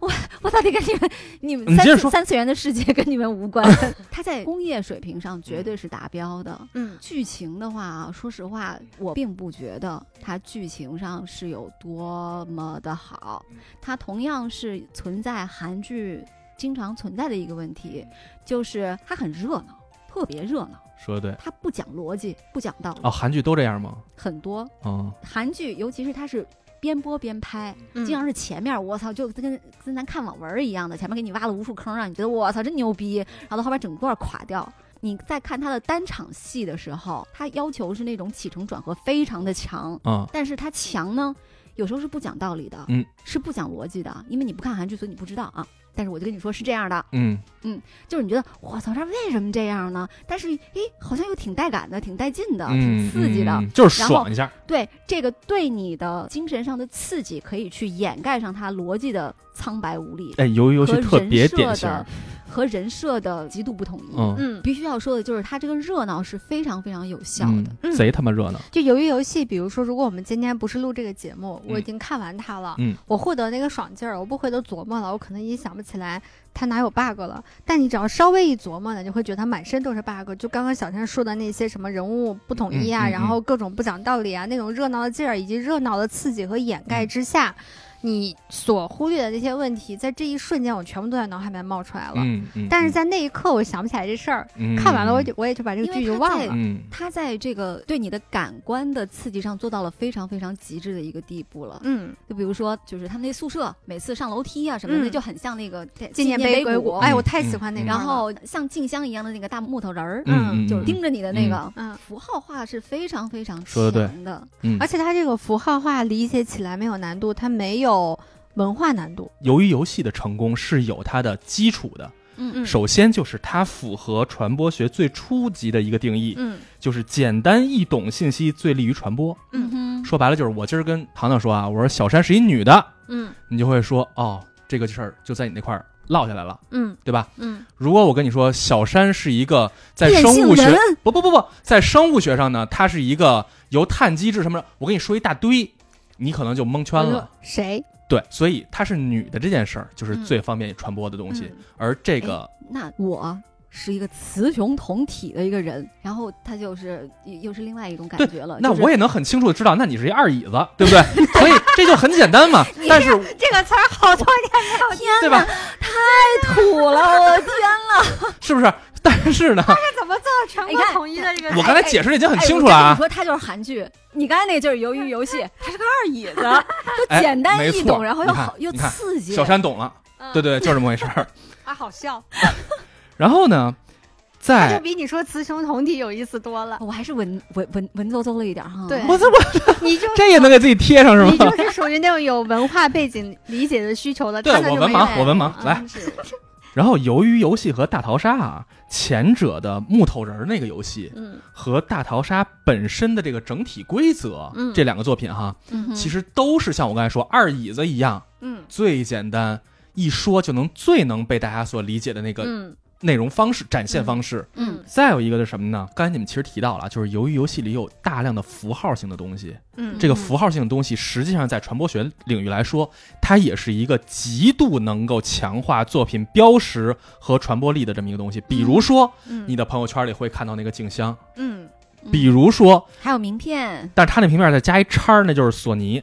Speaker 3: 我我到底跟你们你
Speaker 2: 你
Speaker 3: 们
Speaker 2: 接着
Speaker 3: 三次
Speaker 2: 说
Speaker 3: 三次元的世界跟你们无关。 它在工业水平上绝对是达标的。
Speaker 1: 嗯，
Speaker 3: 剧情的话啊，说实话，我并不觉得它剧情上是有多么的好，
Speaker 2: 嗯
Speaker 3: 它同样是存在韩剧经常存在的一个问题，就是它很热闹，特别热闹，
Speaker 2: 说的对
Speaker 3: 它不讲逻辑，不讲道理，
Speaker 2: 哦，韩剧都这样吗？
Speaker 3: 很多
Speaker 2: 嗯，
Speaker 3: 韩剧，尤其是它是。边播边拍，
Speaker 1: 嗯
Speaker 3: 经常是前面我操，就跟跟咱看网文儿一样的，前面给你挖了无数坑，让你觉得我操真牛逼，然后到后边整段垮掉。你在看他的单场戏的时候，他要求是那种起承转合非常的强，
Speaker 2: 啊，
Speaker 3: 但是他强呢，有时候是不讲道理的，
Speaker 2: 嗯，
Speaker 3: 是不讲逻辑的，因为你不看韩剧，所以你不知道啊。但是我就跟你说是这样的，
Speaker 2: 嗯，
Speaker 3: 就是你觉得我操，他为什么这样呢？但是诶，好像又挺带感的，挺带劲的，挺
Speaker 2: 嗯，
Speaker 3: 刺激的。
Speaker 2: 嗯，就是
Speaker 3: 然后
Speaker 2: 爽一下，
Speaker 3: 对这个对你的精神上的刺激，可以去掩盖上他逻辑的苍白无力
Speaker 2: 哎，鱿鱼游戏
Speaker 3: 和
Speaker 2: 特别
Speaker 3: 人
Speaker 2: 典
Speaker 3: 设
Speaker 2: 型，
Speaker 3: 的和人设的极度不统一。
Speaker 2: 嗯，
Speaker 1: 嗯，
Speaker 3: 必须要说的就是，它这个热闹是非常非常有效的。
Speaker 2: 嗯，
Speaker 1: 嗯
Speaker 2: 贼他妈热闹，
Speaker 1: 就由于游戏，比如说，如果我们今天不是录这个节目，
Speaker 2: 嗯
Speaker 1: 我已经看完它了，
Speaker 2: 嗯
Speaker 1: 我获得那个爽劲儿，我不回头琢磨了，我可能已经想不起来它哪有 bug 了。但你只要稍微一琢磨呢，你会觉得它满身都是 bug。就刚刚小天说的那些什么人物不统一啊，
Speaker 2: 嗯嗯嗯
Speaker 1: 然后各种不讲道理啊，那种热闹的劲儿以及热闹的刺激和掩
Speaker 2: 嗯
Speaker 1: 盖之下，你所忽略的那些问题，在这一瞬间我全部都在脑海里面冒出来了。
Speaker 2: 嗯嗯，
Speaker 1: 但是在那一刻，我想不起来这事儿，
Speaker 2: 嗯
Speaker 1: 看完了我就我也就把这个
Speaker 3: 因为
Speaker 1: 剧就
Speaker 3: 它
Speaker 1: 忘
Speaker 3: 在
Speaker 1: 了。
Speaker 2: 嗯
Speaker 3: 它在这个对你的感官的刺激上做到了非常非常极致的一个地步了。
Speaker 1: 嗯，
Speaker 3: 就比如说，就是他们那宿舍每次上楼梯啊什么的，
Speaker 1: 嗯
Speaker 3: 那就很像那个
Speaker 1: 纪
Speaker 3: 念
Speaker 1: 念碑
Speaker 3: 硅
Speaker 1: 硅
Speaker 3: 谷
Speaker 1: 谷，，哎，
Speaker 2: 嗯
Speaker 1: 我太喜欢那
Speaker 2: 嗯
Speaker 1: 个。
Speaker 3: 然后像静香一样的那个大木头人儿，
Speaker 2: 嗯，
Speaker 3: 就是盯着你的那个。
Speaker 1: 嗯，
Speaker 3: 符号化是非常非常
Speaker 2: 说得
Speaker 3: 强的，
Speaker 2: 嗯，
Speaker 1: 而且它这个符号化理解起来没有难度，它没有文化难度。
Speaker 2: 由于游戏的成功是有它的基础的，
Speaker 1: 嗯
Speaker 2: 首先就是它符合传播学最初级的一个定义，
Speaker 1: 嗯
Speaker 2: 就是简单易懂信息最利于传播。
Speaker 1: 嗯
Speaker 3: 哼，
Speaker 2: 说白了就是我今儿跟糖糖说啊，我说小山是一女的，
Speaker 1: 嗯
Speaker 2: 你就会说哦，这个事儿就在你那块儿落下来了，
Speaker 1: 嗯
Speaker 2: 对吧？
Speaker 1: 嗯，
Speaker 2: 如果我跟你说小山是一个在
Speaker 1: 变
Speaker 2: 生
Speaker 1: 性
Speaker 2: 物学
Speaker 1: 人
Speaker 2: 不不不不，在生物学上呢，它是一个由碳基质什么的，我跟你说一大堆，你可能就蒙圈
Speaker 1: 我
Speaker 2: 了
Speaker 1: 说。谁？
Speaker 2: 对，所以她是女的这件事儿，就是
Speaker 1: 嗯
Speaker 2: 最方便传播的东西。
Speaker 1: 哎
Speaker 2: 而这个，
Speaker 3: 那我是一个雌雄同体的一个人，然后他就是又又是另外一种感
Speaker 2: 对
Speaker 3: 觉了。
Speaker 2: 那
Speaker 3: 呃就是
Speaker 2: 我也能很清楚的知道，那你是一二椅子，对不对？ 所以这就很简单嘛。但是，
Speaker 1: 这个词儿好多年。
Speaker 2: 对吧？
Speaker 3: 土了，我天！啊
Speaker 2: 是不是？但是呢，
Speaker 1: 这怎么做到全
Speaker 3: 你
Speaker 1: 国
Speaker 3: 看
Speaker 1: 统一的这个？
Speaker 2: 我刚才解释的已经很
Speaker 3: 哎
Speaker 2: 清楚了
Speaker 3: 我跟你
Speaker 2: 啊。
Speaker 3: 说他就是韩剧，哎你刚才那就是《鱿鱼游 戏》，它是个二椅子，就
Speaker 2: 哎
Speaker 3: 简单
Speaker 2: 没
Speaker 3: 易
Speaker 2: 错
Speaker 3: 懂，然后又
Speaker 2: 你看
Speaker 3: 好又
Speaker 2: 你看
Speaker 3: 刺激。
Speaker 2: 小山懂了，
Speaker 1: 嗯
Speaker 2: 对对，就是这么回事儿。
Speaker 1: 啊，好笑，
Speaker 2: 然后 呢，
Speaker 1: 那就
Speaker 2: 在
Speaker 1: 比你说雌雄同体有意思多 了。
Speaker 3: 哦我还是文文文文绉绉了一点哈。
Speaker 1: 对
Speaker 2: 我这我
Speaker 1: 你就
Speaker 2: 这也能给自己贴上是
Speaker 1: 你
Speaker 2: 吗
Speaker 1: 就？是属于那种有文化背景理解的需求 的。
Speaker 2: 对
Speaker 1: 他那就
Speaker 2: 我文
Speaker 1: 没有
Speaker 2: 盲我文盲来
Speaker 1: 嗯是
Speaker 2: 然后，由于游戏和大逃杀啊，前者的木头人儿那个游戏
Speaker 1: 嗯
Speaker 2: 和大逃杀本身的这个整体规则，
Speaker 1: 嗯
Speaker 2: 这两个作品哈，
Speaker 3: 嗯哼，
Speaker 2: 其实都是像我刚才说二椅子一样，
Speaker 1: 嗯
Speaker 2: 最简单，一说就能最能被大家所理解的那个
Speaker 1: 嗯
Speaker 2: 内容方式、展现方式。
Speaker 3: 嗯
Speaker 2: 再有一个是什么呢？刚才你们其实提到了，啊就是由于游戏里有大量的符号性的东西，
Speaker 1: 嗯，
Speaker 2: 这个符号性的东西实际上在传播学领域来说，它也是一个极度能够强化作品标识和传播力的这么一个东西。比如说，
Speaker 1: 嗯
Speaker 2: 你的朋友圈里会看到那个静香，
Speaker 1: 嗯
Speaker 3: 嗯
Speaker 2: 比如说，
Speaker 3: 还有名片，
Speaker 2: 但是它那平面再加一叉儿，那就是 索尼。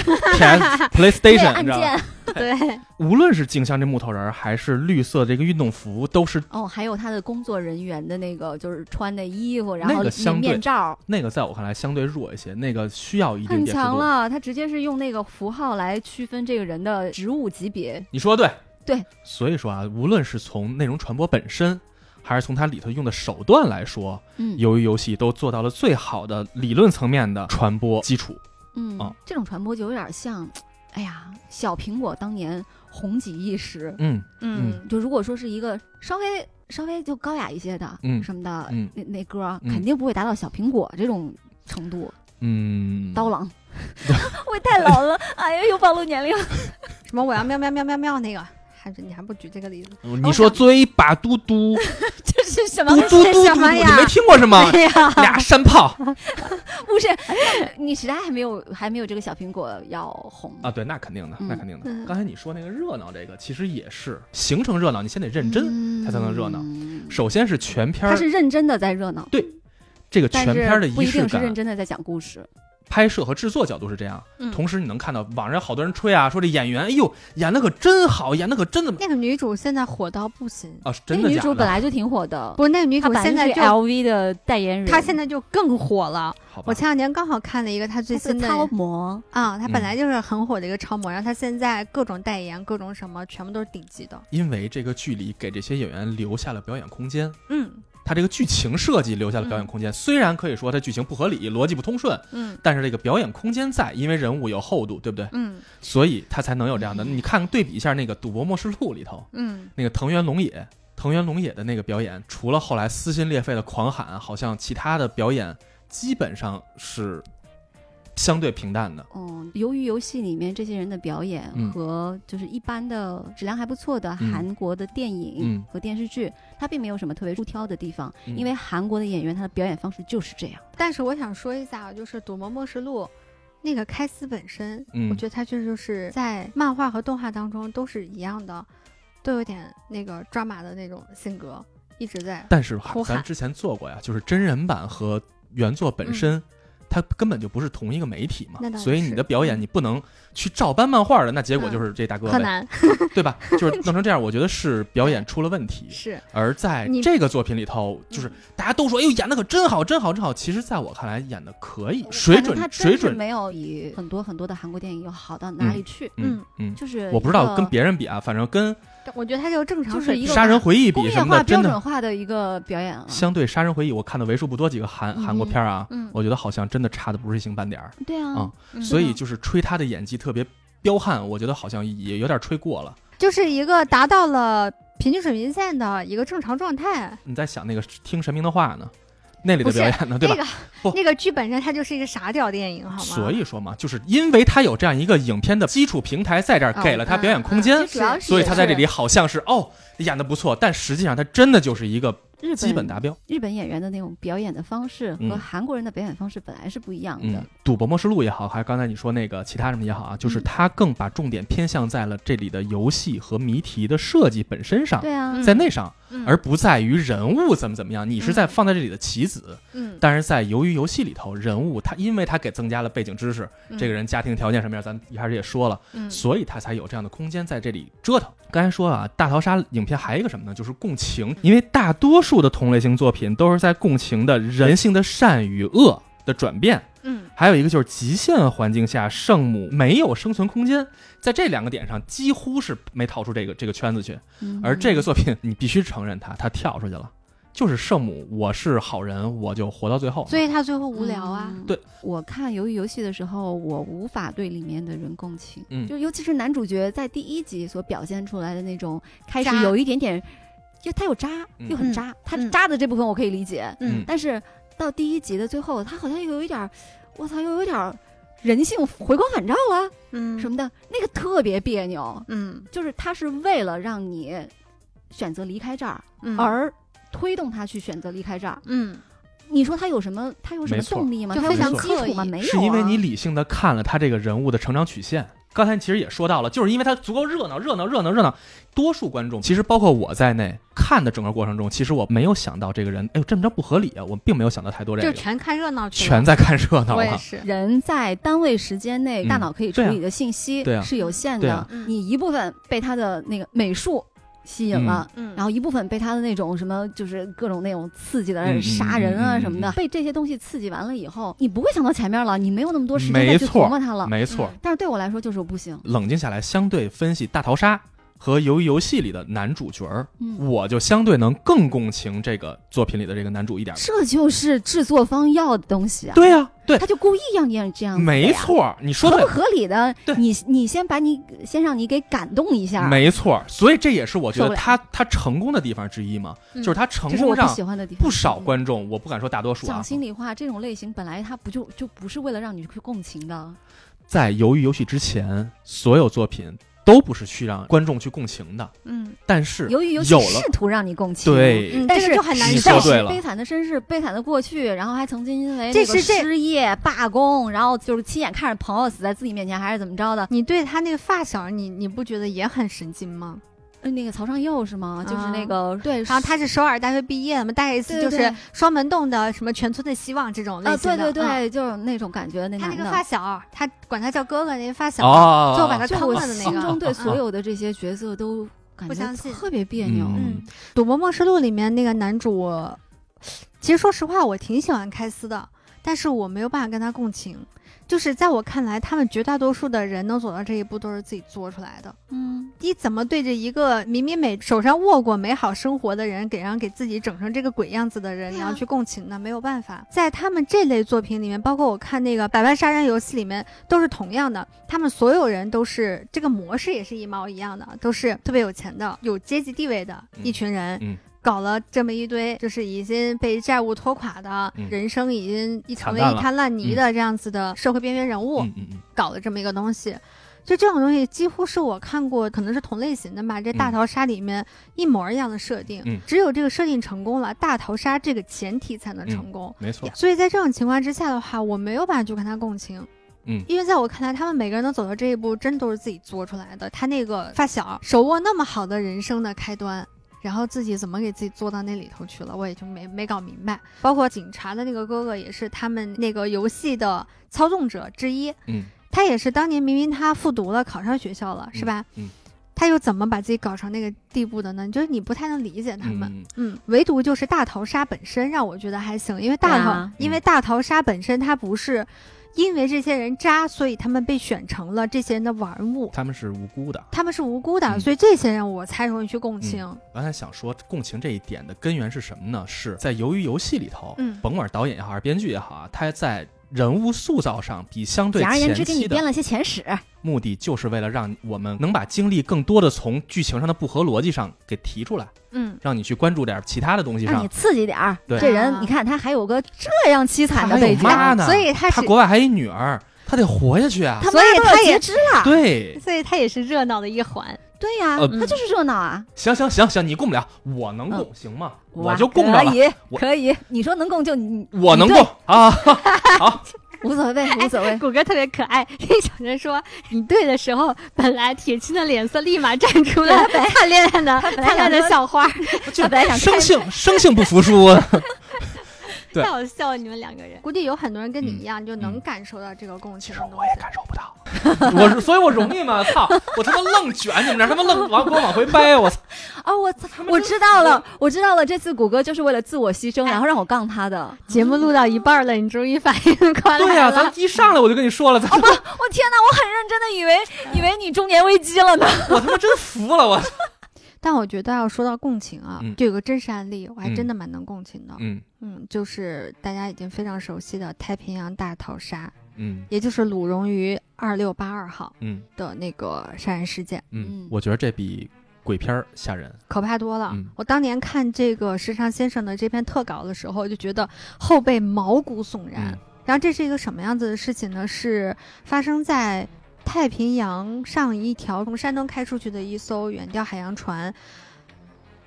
Speaker 2: PS
Speaker 3: 对
Speaker 2: PlayStation，
Speaker 3: 按
Speaker 2: 你知道吗？
Speaker 3: 键
Speaker 1: 对，
Speaker 2: 无论是静香这木头人儿，还是绿色这个运动服，都是
Speaker 3: 哦，还有他的工作人员的那个就是穿的衣服，然
Speaker 2: 那
Speaker 3: 后
Speaker 2: 个相对
Speaker 3: 面罩，
Speaker 2: 那个在我看来相对弱一些，那个需要一定
Speaker 3: 很
Speaker 2: 辨识
Speaker 3: 强
Speaker 2: 度。
Speaker 3: 了。他直接是用那个符号来区分这个人的职务级别。
Speaker 2: 你说的对，
Speaker 3: 对。
Speaker 2: 所以说啊，无论是从内容传播本身，还是从它里头用的手段来说，
Speaker 3: 嗯，
Speaker 2: 由于游戏都做到了最好的理论层面的传播基础。
Speaker 3: 嗯，
Speaker 2: 啊
Speaker 3: 这种传播就有点像，哎呀，小苹果当年红极一时。
Speaker 2: 嗯
Speaker 1: 嗯
Speaker 3: 就如果说是一个稍微稍微就高雅一些的，
Speaker 2: 嗯
Speaker 3: 什么的，
Speaker 2: 嗯
Speaker 3: 那那歌儿
Speaker 2: 嗯
Speaker 3: 肯定不会达到小苹果这种程度。
Speaker 2: 嗯，
Speaker 3: 刀郎，我也太老了，哎呀，又暴露年龄了。
Speaker 1: 什么我要喵喵喵喵喵那个，还是你还不举这个例子？
Speaker 2: 你说追把嘟嘟
Speaker 3: 这是什么哎
Speaker 2: 嘟？嘟嘟嘟，
Speaker 1: 什
Speaker 2: 嘟
Speaker 1: 么
Speaker 2: 你
Speaker 1: 呀
Speaker 2: 没听过是 吗？
Speaker 1: 对呀，
Speaker 2: 俩山炮
Speaker 3: 不是， 你时代还没有还没有这个小苹果要红
Speaker 2: 啊，对，那肯定的，那肯定
Speaker 1: 嗯
Speaker 2: 的。刚才你说那个热闹，这个其实也是形成热闹，你先得认真。
Speaker 3: 真
Speaker 2: 它才能热闹。
Speaker 3: 嗯
Speaker 2: 首先是全片
Speaker 3: 他
Speaker 2: 儿
Speaker 3: 是认真的在热闹，
Speaker 2: 这个
Speaker 3: 但
Speaker 2: 全片儿的
Speaker 3: 是不
Speaker 2: 仪
Speaker 3: 一
Speaker 2: 式
Speaker 3: 定是认
Speaker 2: 感，
Speaker 3: 真的在讲故事。
Speaker 2: 拍摄和制作角度是这样。
Speaker 1: 嗯
Speaker 2: 同时你能看到网上有好多人吹啊，说这演员，哎呦，演的可真好，演的可真的
Speaker 1: 那个女主现在火到不行，
Speaker 2: 啊，是
Speaker 3: 那
Speaker 2: 真
Speaker 3: 个
Speaker 2: 的
Speaker 3: 女
Speaker 2: 假
Speaker 3: 主本
Speaker 2: 的？
Speaker 3: 来就挺火的，
Speaker 1: 不，那个女
Speaker 3: 她
Speaker 1: 主
Speaker 3: 本来
Speaker 1: 现在
Speaker 3: 就是
Speaker 1: 就
Speaker 3: LV 的代言人，
Speaker 1: 她现在就更火了。
Speaker 2: 嗯好吧
Speaker 1: 我，前两天刚好看了一个她最
Speaker 3: 她是
Speaker 1: 新
Speaker 3: 个
Speaker 1: 的
Speaker 3: 超模，
Speaker 1: 啊，她
Speaker 2: 嗯
Speaker 1: 本来就是很火的一个超模，然后她现在各种代言、各种什么，全部都是顶级的。
Speaker 2: 因为这个距离给这些演员留下了表演空间，
Speaker 1: 嗯
Speaker 2: 它这个剧情设计留下了表演空
Speaker 3: 嗯
Speaker 2: 间。虽然可以说它剧情不合理，逻辑不通顺，
Speaker 1: 嗯
Speaker 2: 但是这个表演空间在，因为人物有厚度，对不对？
Speaker 1: 嗯
Speaker 2: 所以它才能有这样的。你看对比一下那个《赌博默示录》里头
Speaker 1: 嗯，
Speaker 2: 那个藤原龙也。藤原龙也的那个表演，除了后来撕心裂肺的狂喊，好像其他的表演基本上是相对平淡的。
Speaker 3: 嗯，由于游戏里面这些人的表演
Speaker 2: 嗯
Speaker 3: 和就是一般的质量还不错的
Speaker 2: 嗯
Speaker 3: 韩国的电影
Speaker 2: 嗯
Speaker 3: 和电视剧，它并没有什么特别出挑的地方，
Speaker 2: 嗯
Speaker 3: 因为韩国的演员他的表演方式就是这样。
Speaker 1: 但是我想说一下啊，就是《赌博默示录》那个开司本身，
Speaker 2: 嗯
Speaker 1: 我觉得他确实就是在漫画和动画当中都是一样的，都有点那个抓马的那种性格，一直在。
Speaker 2: 但是啊
Speaker 1: 呼喊嗯
Speaker 2: 咱之前做过呀，就是真人版和原作本身，它根本就不是同一个媒体嘛
Speaker 1: 那，倒
Speaker 2: 所以
Speaker 1: 是嗯
Speaker 2: 你的表演你不能去照搬漫画的，那结果就是这大哥
Speaker 1: 柯
Speaker 2: 呗，
Speaker 1: 南
Speaker 2: 对吧？就是弄成这样，我觉得是表演出了问题。
Speaker 1: 是，嗯
Speaker 2: 而在
Speaker 1: 你
Speaker 2: 这个作品里头，就是大家都说，哎呦，演的可真好，真好，真好。其实，在我看来，演的可以，水
Speaker 3: 反正他
Speaker 2: 准，
Speaker 3: 真
Speaker 2: 水
Speaker 3: 是
Speaker 2: 准，
Speaker 3: 没有比很多很多的韩国电影要好到哪里去，
Speaker 2: 嗯嗯。
Speaker 3: 就是
Speaker 2: 我不知
Speaker 3: 一
Speaker 2: 道
Speaker 3: 个
Speaker 2: 跟别人比啊，反正跟
Speaker 1: 但我觉得他就正常
Speaker 3: 就是
Speaker 1: 水
Speaker 3: 一
Speaker 1: 平
Speaker 2: 《
Speaker 3: 个
Speaker 2: 杀人回忆》
Speaker 3: 工
Speaker 2: 比
Speaker 3: 业
Speaker 2: 什么
Speaker 3: 化、
Speaker 2: 的，真
Speaker 3: 标
Speaker 2: 的
Speaker 3: 准化的一个表演啊。
Speaker 2: 相对《杀人回忆》，我看了为数不多几个韩韩国片儿啊，
Speaker 1: 嗯，
Speaker 2: 我觉得好像真的差的不是一星半点儿。
Speaker 3: 对啊，
Speaker 2: 啊
Speaker 1: 嗯
Speaker 2: 所以
Speaker 3: 吗
Speaker 2: 就是吹他的演技特别彪悍，我觉得好像也有点吹过了。
Speaker 1: 就是一个达到了平均水平线的一个正常状态。
Speaker 2: 你在想那个听神明的话呢，那里的表演呢，对
Speaker 1: 那
Speaker 2: 吧？
Speaker 1: 个
Speaker 2: 不
Speaker 1: 那个剧本身它就是一个傻屌电影，好吗？
Speaker 2: 所以说嘛，就是因为他有这样一个影片的基础平台在这儿，
Speaker 3: 啊
Speaker 2: 给了他表演空
Speaker 1: 嗯
Speaker 2: 间
Speaker 1: 嗯，
Speaker 3: 主要是
Speaker 2: 所以他在这
Speaker 3: 也
Speaker 2: 里好像是哦演的不错，但实际上他真的就是一个
Speaker 3: 是日本
Speaker 2: 基本达标。
Speaker 3: 日本演员的那种表演的方式和
Speaker 2: 嗯
Speaker 3: 韩国人的表演方式本来是不一样
Speaker 2: 嗯
Speaker 3: 的。，
Speaker 2: 赌博默示录也好，还是刚才你说那个其他什么也好啊，就是
Speaker 3: 嗯
Speaker 2: 他更把重点偏向在了这里的游戏和谜题的设计本身上，
Speaker 3: 对啊，
Speaker 1: 嗯
Speaker 2: 在那上，
Speaker 1: 嗯，
Speaker 2: 而不在于人物怎么怎么样。你是在
Speaker 1: 嗯
Speaker 2: 放在这里的棋子，
Speaker 1: 嗯，
Speaker 2: 但是在鱿鱼游戏里头，人物他因为他给增加了背景知识，
Speaker 1: 嗯
Speaker 2: 这个人家庭条件什么样，咱一开始也说了，
Speaker 1: 嗯
Speaker 2: 所以他才有这样的空间在这里折腾。刚才说啊，大逃杀影片还有一个什么呢？就是共情，因为大多数的同类型作品都是在共情的人性的善与恶的转变。
Speaker 1: 嗯
Speaker 2: 还有一个就是极限环境下，圣母没有生存空间，在这两个点上几乎是没逃出这个这个圈子去。
Speaker 3: 嗯
Speaker 2: 而这个作品，你必须承认他，他跳出去了，就是圣母，我是好人，我就活到最后。
Speaker 1: 所以他最后无聊啊，
Speaker 3: 嗯
Speaker 2: 对，
Speaker 3: 我看《鱿鱼游戏》的时候，我无法对里面的人共情，
Speaker 2: 嗯
Speaker 3: 就尤其是男主角在第一集所表现出来的那种，开始
Speaker 1: 渣
Speaker 3: 有一点点，就他有渣，
Speaker 2: 嗯
Speaker 3: 又很渣，他
Speaker 1: 嗯
Speaker 3: 渣的这部分我可以理解，
Speaker 1: 嗯
Speaker 3: 但是到第一集的最后，他好像又有一点儿，我操，又有一点儿人性回光返照啊了、
Speaker 1: 嗯
Speaker 3: 什么的，那个特别别扭，
Speaker 1: 嗯
Speaker 3: 就是他是为了让你选择离开这儿，
Speaker 1: 嗯
Speaker 3: 而推动他去选择离开这儿。
Speaker 1: 嗯
Speaker 3: 你说他有什么？他有什么
Speaker 2: 没错
Speaker 3: 动力吗？
Speaker 1: 就
Speaker 3: 他有
Speaker 2: 非
Speaker 3: 什
Speaker 2: 常
Speaker 3: 么基础吗？
Speaker 1: 刻意
Speaker 3: 没有、啊，
Speaker 2: 是因为你理性的看了他这个人物的成长曲线。刚才其实也说到了，就是因为他足够热闹，热闹，热闹，热闹。多数观众，其实包括我在内，看的整个过程中，其实我没有想到这个人，哎呦，这么着不合理啊！我并没有想到太多这
Speaker 1: 就
Speaker 2: 个，
Speaker 1: 全看热闹去了，
Speaker 2: 全在看热闹啊
Speaker 1: 我也
Speaker 2: 了。
Speaker 1: 是，
Speaker 3: 人在单位时间内，
Speaker 2: 嗯
Speaker 3: 大脑可以处理的信息
Speaker 2: 对啊
Speaker 3: 是有限
Speaker 2: 对
Speaker 3: 的。
Speaker 2: 啊
Speaker 1: 嗯
Speaker 3: 你一部分被他的那个美术吸引了。
Speaker 1: 嗯，后
Speaker 3: 然后一部分被他的那种什么，就是各种那种刺激
Speaker 2: 嗯嗯
Speaker 3: 的
Speaker 2: 嗯
Speaker 3: 杀人啊
Speaker 2: 嗯嗯
Speaker 3: 什么的，
Speaker 2: 嗯
Speaker 3: 被这些东西刺激完了以后，你不会想到前面了，你没有那么多时间
Speaker 2: 没
Speaker 3: 再去
Speaker 2: 错
Speaker 3: 琢磨它了。嗯
Speaker 2: 没错，
Speaker 3: 但是对我来说就是我不行，
Speaker 2: 冷静下来，相对分析《大逃杀》和《鱿鱼游戏》里的男主角儿，
Speaker 3: 嗯，
Speaker 2: 我就相对能更共情这个作品里的这个男主一点儿。
Speaker 3: 这就是制作方要的东西啊。
Speaker 2: 对呀、对，
Speaker 3: 他就故意让你这样子的呀，
Speaker 2: 没错儿，你说
Speaker 3: 合
Speaker 2: 对
Speaker 3: 不
Speaker 2: 了。
Speaker 3: 合理的
Speaker 2: 对，
Speaker 3: 你你先把你先让你给感动一下，
Speaker 2: 没错儿，所以这也是我觉
Speaker 3: 受不
Speaker 2: 得
Speaker 3: 了
Speaker 2: 他他成功的地方之一嘛，
Speaker 1: 嗯
Speaker 2: 就是他成
Speaker 3: 这是
Speaker 2: 功
Speaker 3: 我不
Speaker 2: 让
Speaker 3: 喜欢的地方。
Speaker 2: 不少观众，我不敢说大多数
Speaker 3: 讲
Speaker 2: 啊，
Speaker 3: 心里话，这种类型本来它不就就不是为了让你去共情的，
Speaker 2: 在《鱿鱼游戏》之前，所有作品都不是去让观众去共情的，
Speaker 1: 嗯，
Speaker 2: 但是
Speaker 3: 由于尤其
Speaker 2: 有
Speaker 3: 试
Speaker 2: 了
Speaker 3: 图让你共情，
Speaker 2: 对、
Speaker 1: 嗯
Speaker 3: 但
Speaker 1: 这
Speaker 3: 是
Speaker 1: 个就很难
Speaker 2: 你
Speaker 1: 受
Speaker 2: 说。对了
Speaker 3: 悲惨的身世，悲惨的过去，然后还曾经因为
Speaker 1: 这
Speaker 3: 那个
Speaker 1: 是这
Speaker 3: 失业、罢工，然后就是亲眼看着朋友死在自己面前，还是怎么着的？
Speaker 1: 你对他那个发小，你你不觉得也很神经吗？
Speaker 3: 呃那个曹尚佑是吗？就是
Speaker 1: 啊
Speaker 3: 那个对，
Speaker 1: 然后他是首尔大学毕业的嘛，大概意思
Speaker 3: 对
Speaker 1: 就
Speaker 3: 对
Speaker 1: 是
Speaker 3: 对
Speaker 1: 双门洞的什么全村的希望这种类
Speaker 3: 呃，
Speaker 1: 型
Speaker 3: 对
Speaker 1: 的。
Speaker 3: 对对，就是那种感觉，那
Speaker 1: 嗯，他那
Speaker 3: 男
Speaker 1: 个
Speaker 3: 的
Speaker 1: 发。小，他管他叫哥哥那个发小，
Speaker 2: 哦，
Speaker 1: 就把他
Speaker 3: 就
Speaker 1: 看
Speaker 3: 我
Speaker 1: 惯的那
Speaker 3: 心
Speaker 1: 个
Speaker 3: 中对
Speaker 1: 嗯
Speaker 3: 所有的这些角色都感
Speaker 1: 不
Speaker 3: 觉
Speaker 1: 相信
Speaker 3: 特别别扭。
Speaker 2: 嗯
Speaker 1: 嗯，《赌博默示录》里面那个男主，其实说实话，我挺喜欢开司的，但是我没有办法跟他共情。就是在我看来，他们绝大多数的人能走到这一步，都是自己作出来的。
Speaker 3: 嗯，
Speaker 1: 你怎么对着一个明明美手上握过美好生活的人，给让给自己整成这个鬼样子的人，
Speaker 3: 对
Speaker 1: 你
Speaker 3: 啊
Speaker 1: 要去共情呢？没有办法，在他们这类作品里面，包括我看那个《百万杀人游戏》里面，都是同样的，他们所有人都是这个模式也是一毛一样的，都是特别有钱的、有阶级地位的
Speaker 2: 嗯
Speaker 1: 一群人。
Speaker 2: 嗯
Speaker 1: 搞了这么一堆，就是已经被债务拖垮的、
Speaker 2: 嗯
Speaker 1: 人生已经一成为
Speaker 2: 惨淡
Speaker 1: 一
Speaker 2: 了
Speaker 1: 滩烂泥的这样子的社会边缘人物，
Speaker 2: 嗯嗯嗯，
Speaker 1: 搞的这么一个东西。就这种东西，几乎是我看过，可能是同类型的吧。这
Speaker 2: 嗯
Speaker 1: 大逃杀里面一模一样的设定，
Speaker 2: 嗯
Speaker 1: 只有这个设定成功了，大逃杀这个前提才能成功。
Speaker 2: 没错，
Speaker 1: 所以在这种情况之下的话，我没有办法去跟他共情，
Speaker 2: 嗯
Speaker 1: 因为在我看来，他们每个人能走到这一步，真都是自己作出来的。他那个发小手握那么好的人生的开端，然后自己怎么给自己做到那里头去了，我也就没没搞明白。包括警察的那个哥哥，也是他们那个游戏的操纵者之一，
Speaker 2: 嗯
Speaker 1: 他也是当年明明他复读了，考上学校了，是吧？
Speaker 2: 嗯
Speaker 1: 他又怎么把自己搞成那个地步的呢？就是你不太能理解他们，
Speaker 2: 嗯
Speaker 1: 嗯唯独就是大逃杀本身让我觉得还行，因为大逃，
Speaker 3: 对
Speaker 2: 嗯
Speaker 3: 啊
Speaker 1: 因为大逃杀本身它不是因为这些人渣，所以他们被选成了这些人的玩物，
Speaker 2: 他们是无辜的。
Speaker 1: 他们是无辜的，
Speaker 2: 嗯
Speaker 1: 所以这些人我才容易去共情。
Speaker 2: 我刚才想说，共情这一点的根源是什么呢？是在《鱿鱼游戏》里头，
Speaker 1: 嗯
Speaker 2: 甭管是导演也好，还是编剧也好啊，他在人物塑造上比相对
Speaker 3: 简而言
Speaker 2: 前
Speaker 3: 之，给
Speaker 2: 期
Speaker 3: 你编
Speaker 2: 的
Speaker 3: 了些前史，
Speaker 2: 目的，就是为了让我们能把精力更多的从剧情上的不合逻辑上给提出来，
Speaker 1: 嗯，
Speaker 2: 让你去关注点其他的东西
Speaker 3: 让
Speaker 2: 上
Speaker 3: 你。刺激点儿。
Speaker 2: 对
Speaker 3: 这人
Speaker 1: 啊，
Speaker 3: 你看他还有个这样凄惨的
Speaker 2: 他还
Speaker 3: 背
Speaker 2: 有
Speaker 3: 景，
Speaker 2: 妈呢
Speaker 1: 所以他是
Speaker 2: 他，国外还有一女儿，他得活下去啊！
Speaker 3: 他
Speaker 1: 所
Speaker 3: 妈
Speaker 1: 以
Speaker 3: 都
Speaker 1: 他
Speaker 3: 要
Speaker 1: 也
Speaker 3: 截肢了。
Speaker 2: 对，
Speaker 1: 所以他也是热闹的一环。
Speaker 3: 对呀
Speaker 2: 呃，
Speaker 3: 他就是热闹啊。
Speaker 2: 行行行行，你供不了，我能供，行吗？我
Speaker 3: 哇
Speaker 2: 就供着
Speaker 3: 可
Speaker 2: 了，
Speaker 3: 以，
Speaker 2: 我
Speaker 3: 可以。你说能供就你，
Speaker 2: 我
Speaker 3: 你
Speaker 2: 能
Speaker 3: 对
Speaker 2: 供啊！
Speaker 3: 无所谓，无所谓。
Speaker 1: 谷歌特别可爱， 一小声说你对的时候，本来铁青的脸色立马绽出了灿烂的
Speaker 3: 本来
Speaker 1: 灿烂的
Speaker 3: 想说
Speaker 1: 小花儿，
Speaker 2: 哎就
Speaker 3: 他本来想
Speaker 2: 生
Speaker 3: 开
Speaker 2: 性生性不服输啊。对
Speaker 1: 太好笑了，你们两个人。估计有很多人跟你一样，就能
Speaker 2: 嗯
Speaker 1: 感受到这个共情的东
Speaker 2: 我也
Speaker 1: 西。
Speaker 2: 感受不到，我所以，我容易 吗？操！我他妈愣卷，你们这儿他妈愣往给我往回掰，我操！
Speaker 3: 哦，我操我知道了，我知道了。这次谷歌就是为了自我牺牲，
Speaker 1: 哎
Speaker 3: 然后让我杠他的。
Speaker 1: 节目录到一半了，你终于反应过来了。
Speaker 2: 对呀、咱一上来我就跟你说了，咱
Speaker 3: 我天哪，我很认真的以为以为你中年危机了呢。
Speaker 2: 我他妈真服了，我
Speaker 1: 但我觉得要说到共情啊，
Speaker 2: 嗯
Speaker 1: 就有个真实案例，我还
Speaker 2: 嗯
Speaker 1: 真的蛮能共情的。
Speaker 2: 嗯
Speaker 1: 嗯，就是大家已经非常熟悉的太平洋大逃杀，
Speaker 2: 嗯
Speaker 1: 也就是鲁荣于二六八二号
Speaker 2: 嗯
Speaker 1: 的那个杀人事件。
Speaker 2: 嗯
Speaker 3: 嗯，
Speaker 2: 我觉得这比鬼片儿吓人。
Speaker 1: 可怕多了。
Speaker 2: 嗯
Speaker 1: 我当年看这个时尚先生的这篇特稿的时候，就觉得后背毛骨悚然。
Speaker 2: 嗯
Speaker 1: 然后这是一个什么样子的事情呢？是发生在太平洋上一条从山东开出去的一艘远钓海洋船。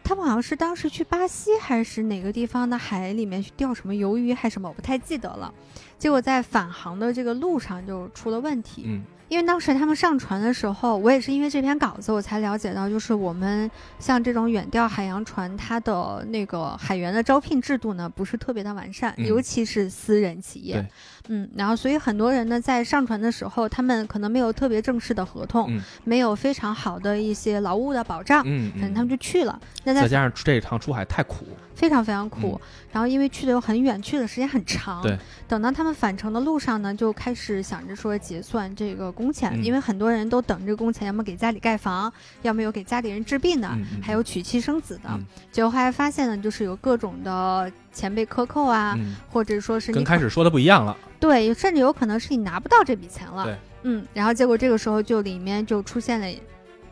Speaker 1: 他们好像是当时去巴西还是哪个地方的海里面去钓什么鱿鱼还是什么，我不太记得了。结果在返航的这个路上就出了问题，
Speaker 2: 嗯
Speaker 1: 因为当时他们上船的时候，我也是因为这篇稿子我才了解到，就是我们像这种远钓海洋船，它的那个海员的招聘制度呢不是特别的完善，
Speaker 2: 嗯
Speaker 1: 尤其是私人企业
Speaker 2: 对。
Speaker 1: 嗯，然后所以很多人呢在上船的时候，他们可能没有特别正式的合同，
Speaker 2: 嗯
Speaker 1: 没有非常好的一些劳务的保障，
Speaker 2: 嗯
Speaker 1: 啊反正他们
Speaker 2: 嗯，
Speaker 1: 就去了。那
Speaker 2: 再
Speaker 1: 在
Speaker 2: 加上这趟出海太苦，
Speaker 1: 非常非常苦，然后因为去的又很远，去的时间很长。
Speaker 2: 嗯对，
Speaker 1: 等到他们返程的路上呢，就开始想着说结算这个工钱，
Speaker 2: 嗯
Speaker 1: 因为很多人都等这个工钱，要么给家里盖房，要么有给家里人治病的，
Speaker 2: 嗯嗯
Speaker 1: 啊还有娶妻生子的。
Speaker 2: 嗯
Speaker 1: 结果后来发现呢，就是有各种的钱被克扣啊，
Speaker 2: 嗯，
Speaker 1: 或者说是你
Speaker 2: 跟开始说的不一样了。
Speaker 1: 对，甚至有可能是你拿不到这笔钱了。
Speaker 2: 对，
Speaker 1: 嗯，然后结果这个时候就里面就出现了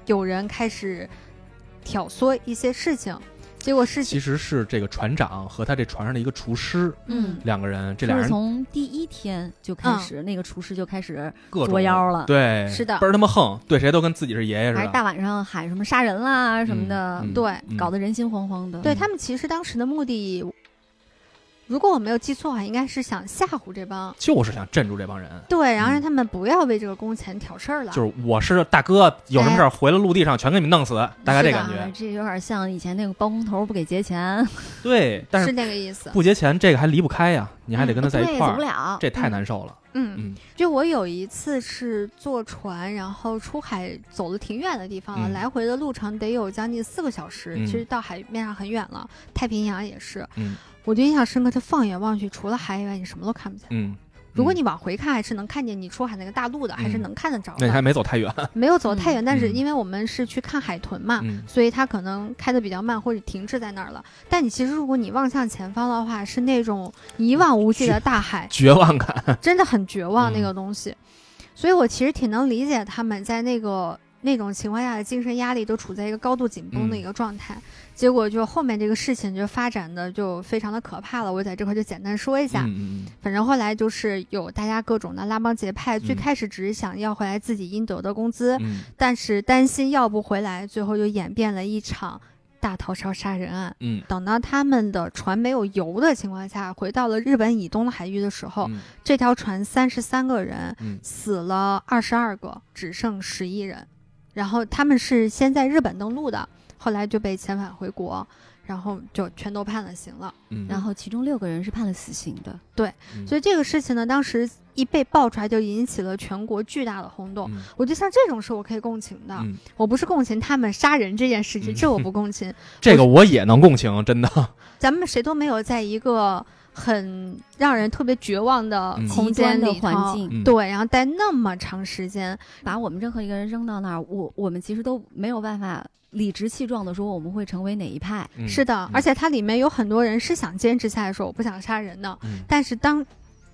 Speaker 1: 有人开始挑唆一些事情，结果事情
Speaker 2: 其实是这个船长和他这船上的一个厨师
Speaker 3: 嗯，
Speaker 2: 两个人，这
Speaker 3: 就
Speaker 2: 俩
Speaker 3: 是
Speaker 2: 人
Speaker 3: 从第一天就开始，那个厨师就开始
Speaker 2: 各
Speaker 3: 作
Speaker 2: 种
Speaker 3: 妖了。
Speaker 2: 对，
Speaker 1: 是的
Speaker 2: 倍儿他妈横，对谁都跟自己是爷爷似
Speaker 3: 还是
Speaker 2: 的，
Speaker 3: 大晚上喊什么杀人啦什么的，
Speaker 2: 嗯嗯
Speaker 1: 对
Speaker 2: 嗯
Speaker 3: 搞得人心惶惶的。
Speaker 1: 对他们其实当时的目的，如果我没有记错的话，应该是想吓唬这帮
Speaker 2: 就是想镇住这帮人。
Speaker 1: 对，然后
Speaker 2: 嗯
Speaker 1: 让他们不要为这个工钱挑事儿了。
Speaker 2: 就是我是大哥，有什么事
Speaker 1: 哎
Speaker 2: 儿回了陆地上全给你们弄死，大概这
Speaker 3: 是的
Speaker 2: 感觉。
Speaker 3: 这有点像以前那个包工头不给结钱，
Speaker 2: 对，但
Speaker 1: 是
Speaker 2: 是
Speaker 1: 那个意思。
Speaker 2: 不结钱这个还离不开呀，你 还得
Speaker 1: 嗯
Speaker 2: 跟他在一
Speaker 3: 对
Speaker 2: 块
Speaker 3: 走不
Speaker 2: 儿，
Speaker 3: 了。
Speaker 2: 这太难受了。
Speaker 1: 嗯，
Speaker 2: 嗯，
Speaker 1: 就我有一次是坐船，然后出海走了挺远的地方了，
Speaker 2: 嗯
Speaker 1: 来回的路程得有将近四个小时，
Speaker 2: 嗯
Speaker 1: 其实到海面上很远了。太平洋也是，
Speaker 2: 嗯
Speaker 1: 我就印象深刻，就放眼望去，除了海以外，你什么都看不见。
Speaker 2: 嗯，
Speaker 1: 如果
Speaker 2: 嗯
Speaker 1: 你往回看，还是能看见你出海那个大陆的，还是
Speaker 2: 嗯
Speaker 1: 能看得着
Speaker 2: 那
Speaker 1: 的。
Speaker 2: 你还没走太远，
Speaker 1: 没有走太远，但是
Speaker 2: 嗯
Speaker 1: 因为我们是去看海豚嘛，
Speaker 2: 嗯
Speaker 1: 所以它可能开的比较慢或者停滞在那儿了。但你其实如果你望向前方的话，是那种一望无际的大海，
Speaker 2: 绝望感。
Speaker 1: 真的很绝望
Speaker 2: 嗯
Speaker 1: 那个东西。所以我其实挺能理解他们在那个那种情况下的精神压力都处在一个高度紧绷的
Speaker 2: 嗯
Speaker 1: 一个状态。结果就后面这个事情就发展的就非常的可怕了，我在这块就简单说 一下。
Speaker 2: 嗯嗯
Speaker 1: 反正后来就是有大家各种的拉帮结派，最
Speaker 2: 嗯
Speaker 1: 开始只是想要回来自己应得的工资，
Speaker 2: 嗯
Speaker 1: 但是担心要不回来，最后就演变了一场大逃杀杀人案。
Speaker 2: 嗯
Speaker 1: 等到他们的船没有油的情况下，回到了日本以东的海域的时候，
Speaker 2: 嗯
Speaker 1: 这条船三十三个人
Speaker 2: 嗯
Speaker 1: 死了二十二个，只剩十一人。然后他们是先在日本登陆的，后来就被遣返回国，然后就全都判了刑了。
Speaker 2: 嗯，
Speaker 3: 然后其中六个人是判了死刑的。
Speaker 2: 嗯
Speaker 1: 所以这个事情呢，当时一被爆出来，就引起了全国巨大的轰动。
Speaker 2: 嗯
Speaker 1: 我就啊像这种事，我可以共情的。
Speaker 2: 嗯
Speaker 1: 我不是共情他们杀人这件事情，
Speaker 2: 嗯
Speaker 1: 这我不共 情。
Speaker 2: 这个我也能共情，真的。
Speaker 1: 咱们谁都没有在一个很让人特别绝望的
Speaker 2: 嗯
Speaker 1: 空
Speaker 3: 极端
Speaker 1: 间
Speaker 3: 的
Speaker 1: 里头，
Speaker 3: 环境，
Speaker 2: 嗯，
Speaker 1: 对，然后待那么长时间，
Speaker 3: 把我们任何一个人扔到那儿，我我们其实都没有办法理直气壮的说我们会成为哪一派。
Speaker 2: 嗯
Speaker 1: 是的。而且它里面有很多人是想坚持下来，说我不想杀人的。
Speaker 2: 嗯
Speaker 1: 但是当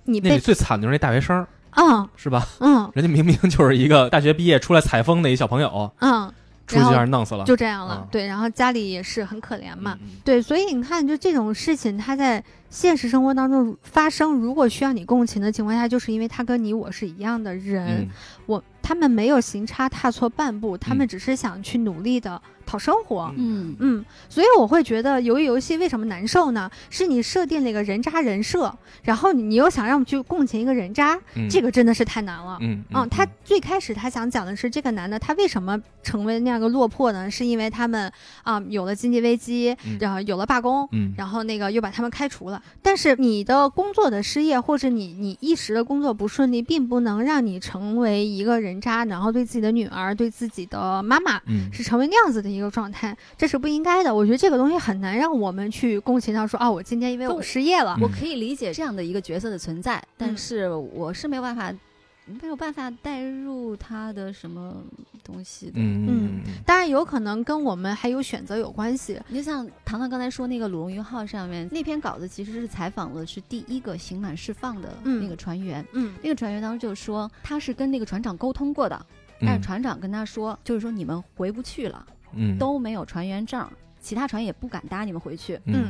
Speaker 1: 你
Speaker 2: 那里
Speaker 1: 被
Speaker 2: 最惨的就是那大学生，
Speaker 1: 嗯
Speaker 2: 是吧？
Speaker 1: 嗯
Speaker 2: 人家明明就是一个大学毕业出来采风的一小朋友，
Speaker 1: 嗯，
Speaker 2: 出去
Speaker 1: 然后
Speaker 2: 让人弄死了，
Speaker 1: 就这样了。
Speaker 2: 啊
Speaker 1: 对，然后家里也是很可怜嘛。
Speaker 2: 嗯，嗯
Speaker 1: 对，所以你看，就这种事情，它在现实生活当中发生，如果需要你共情的情况下，就是因为他跟你我是一样的人，
Speaker 2: 嗯
Speaker 1: 我他们没有行差踏错半步，他们
Speaker 2: 嗯
Speaker 1: 只是想去努力的讨生活。
Speaker 3: 嗯
Speaker 1: 嗯，所以我会觉得鱿鱼游戏为什么难受呢？是你设定了一个人渣人设，然后你你又想让我们去共情一个人渣，
Speaker 2: 嗯
Speaker 1: 这个真的是太难了。
Speaker 2: 嗯
Speaker 1: 嗯，他最开始他想讲的是这个男的，他为什么成为那样一个落魄呢？是因为他们啊、有了经济危机
Speaker 2: 嗯，
Speaker 1: 然后有了罢工，
Speaker 2: 嗯
Speaker 1: 然后那个又把他们开除了。但是你的工作的失业，或者你你一时的工作不顺利，并不能让你成为一个人渣，然后对自己的女儿、对自己的妈妈
Speaker 2: 嗯
Speaker 1: 是成为那样子的一个状态，这是不应该的。我觉得这个东西很难让我们去共情到说，啊，我今天因为我
Speaker 3: 对
Speaker 1: 失业了，
Speaker 2: 嗯
Speaker 3: 我可以理解这样的一个角色的存在，但是我是没有办法，没有办法代入他的什么东西的。
Speaker 2: 嗯嗯
Speaker 1: 当然有可能跟我们还有选择有关系。
Speaker 3: 你就像糖糖刚才说那个《鲁荣鱼号》上面那篇稿子，其实是采访的是第一个刑满释放的
Speaker 1: 嗯
Speaker 3: 那个船员。
Speaker 1: 嗯
Speaker 3: 那个船员当时就说，他是跟那个船长沟通过的，但是船长跟他说，就是说你们回不去了，
Speaker 2: 嗯
Speaker 3: 都没有船员证，其他船也不敢搭你们回去，
Speaker 1: 嗯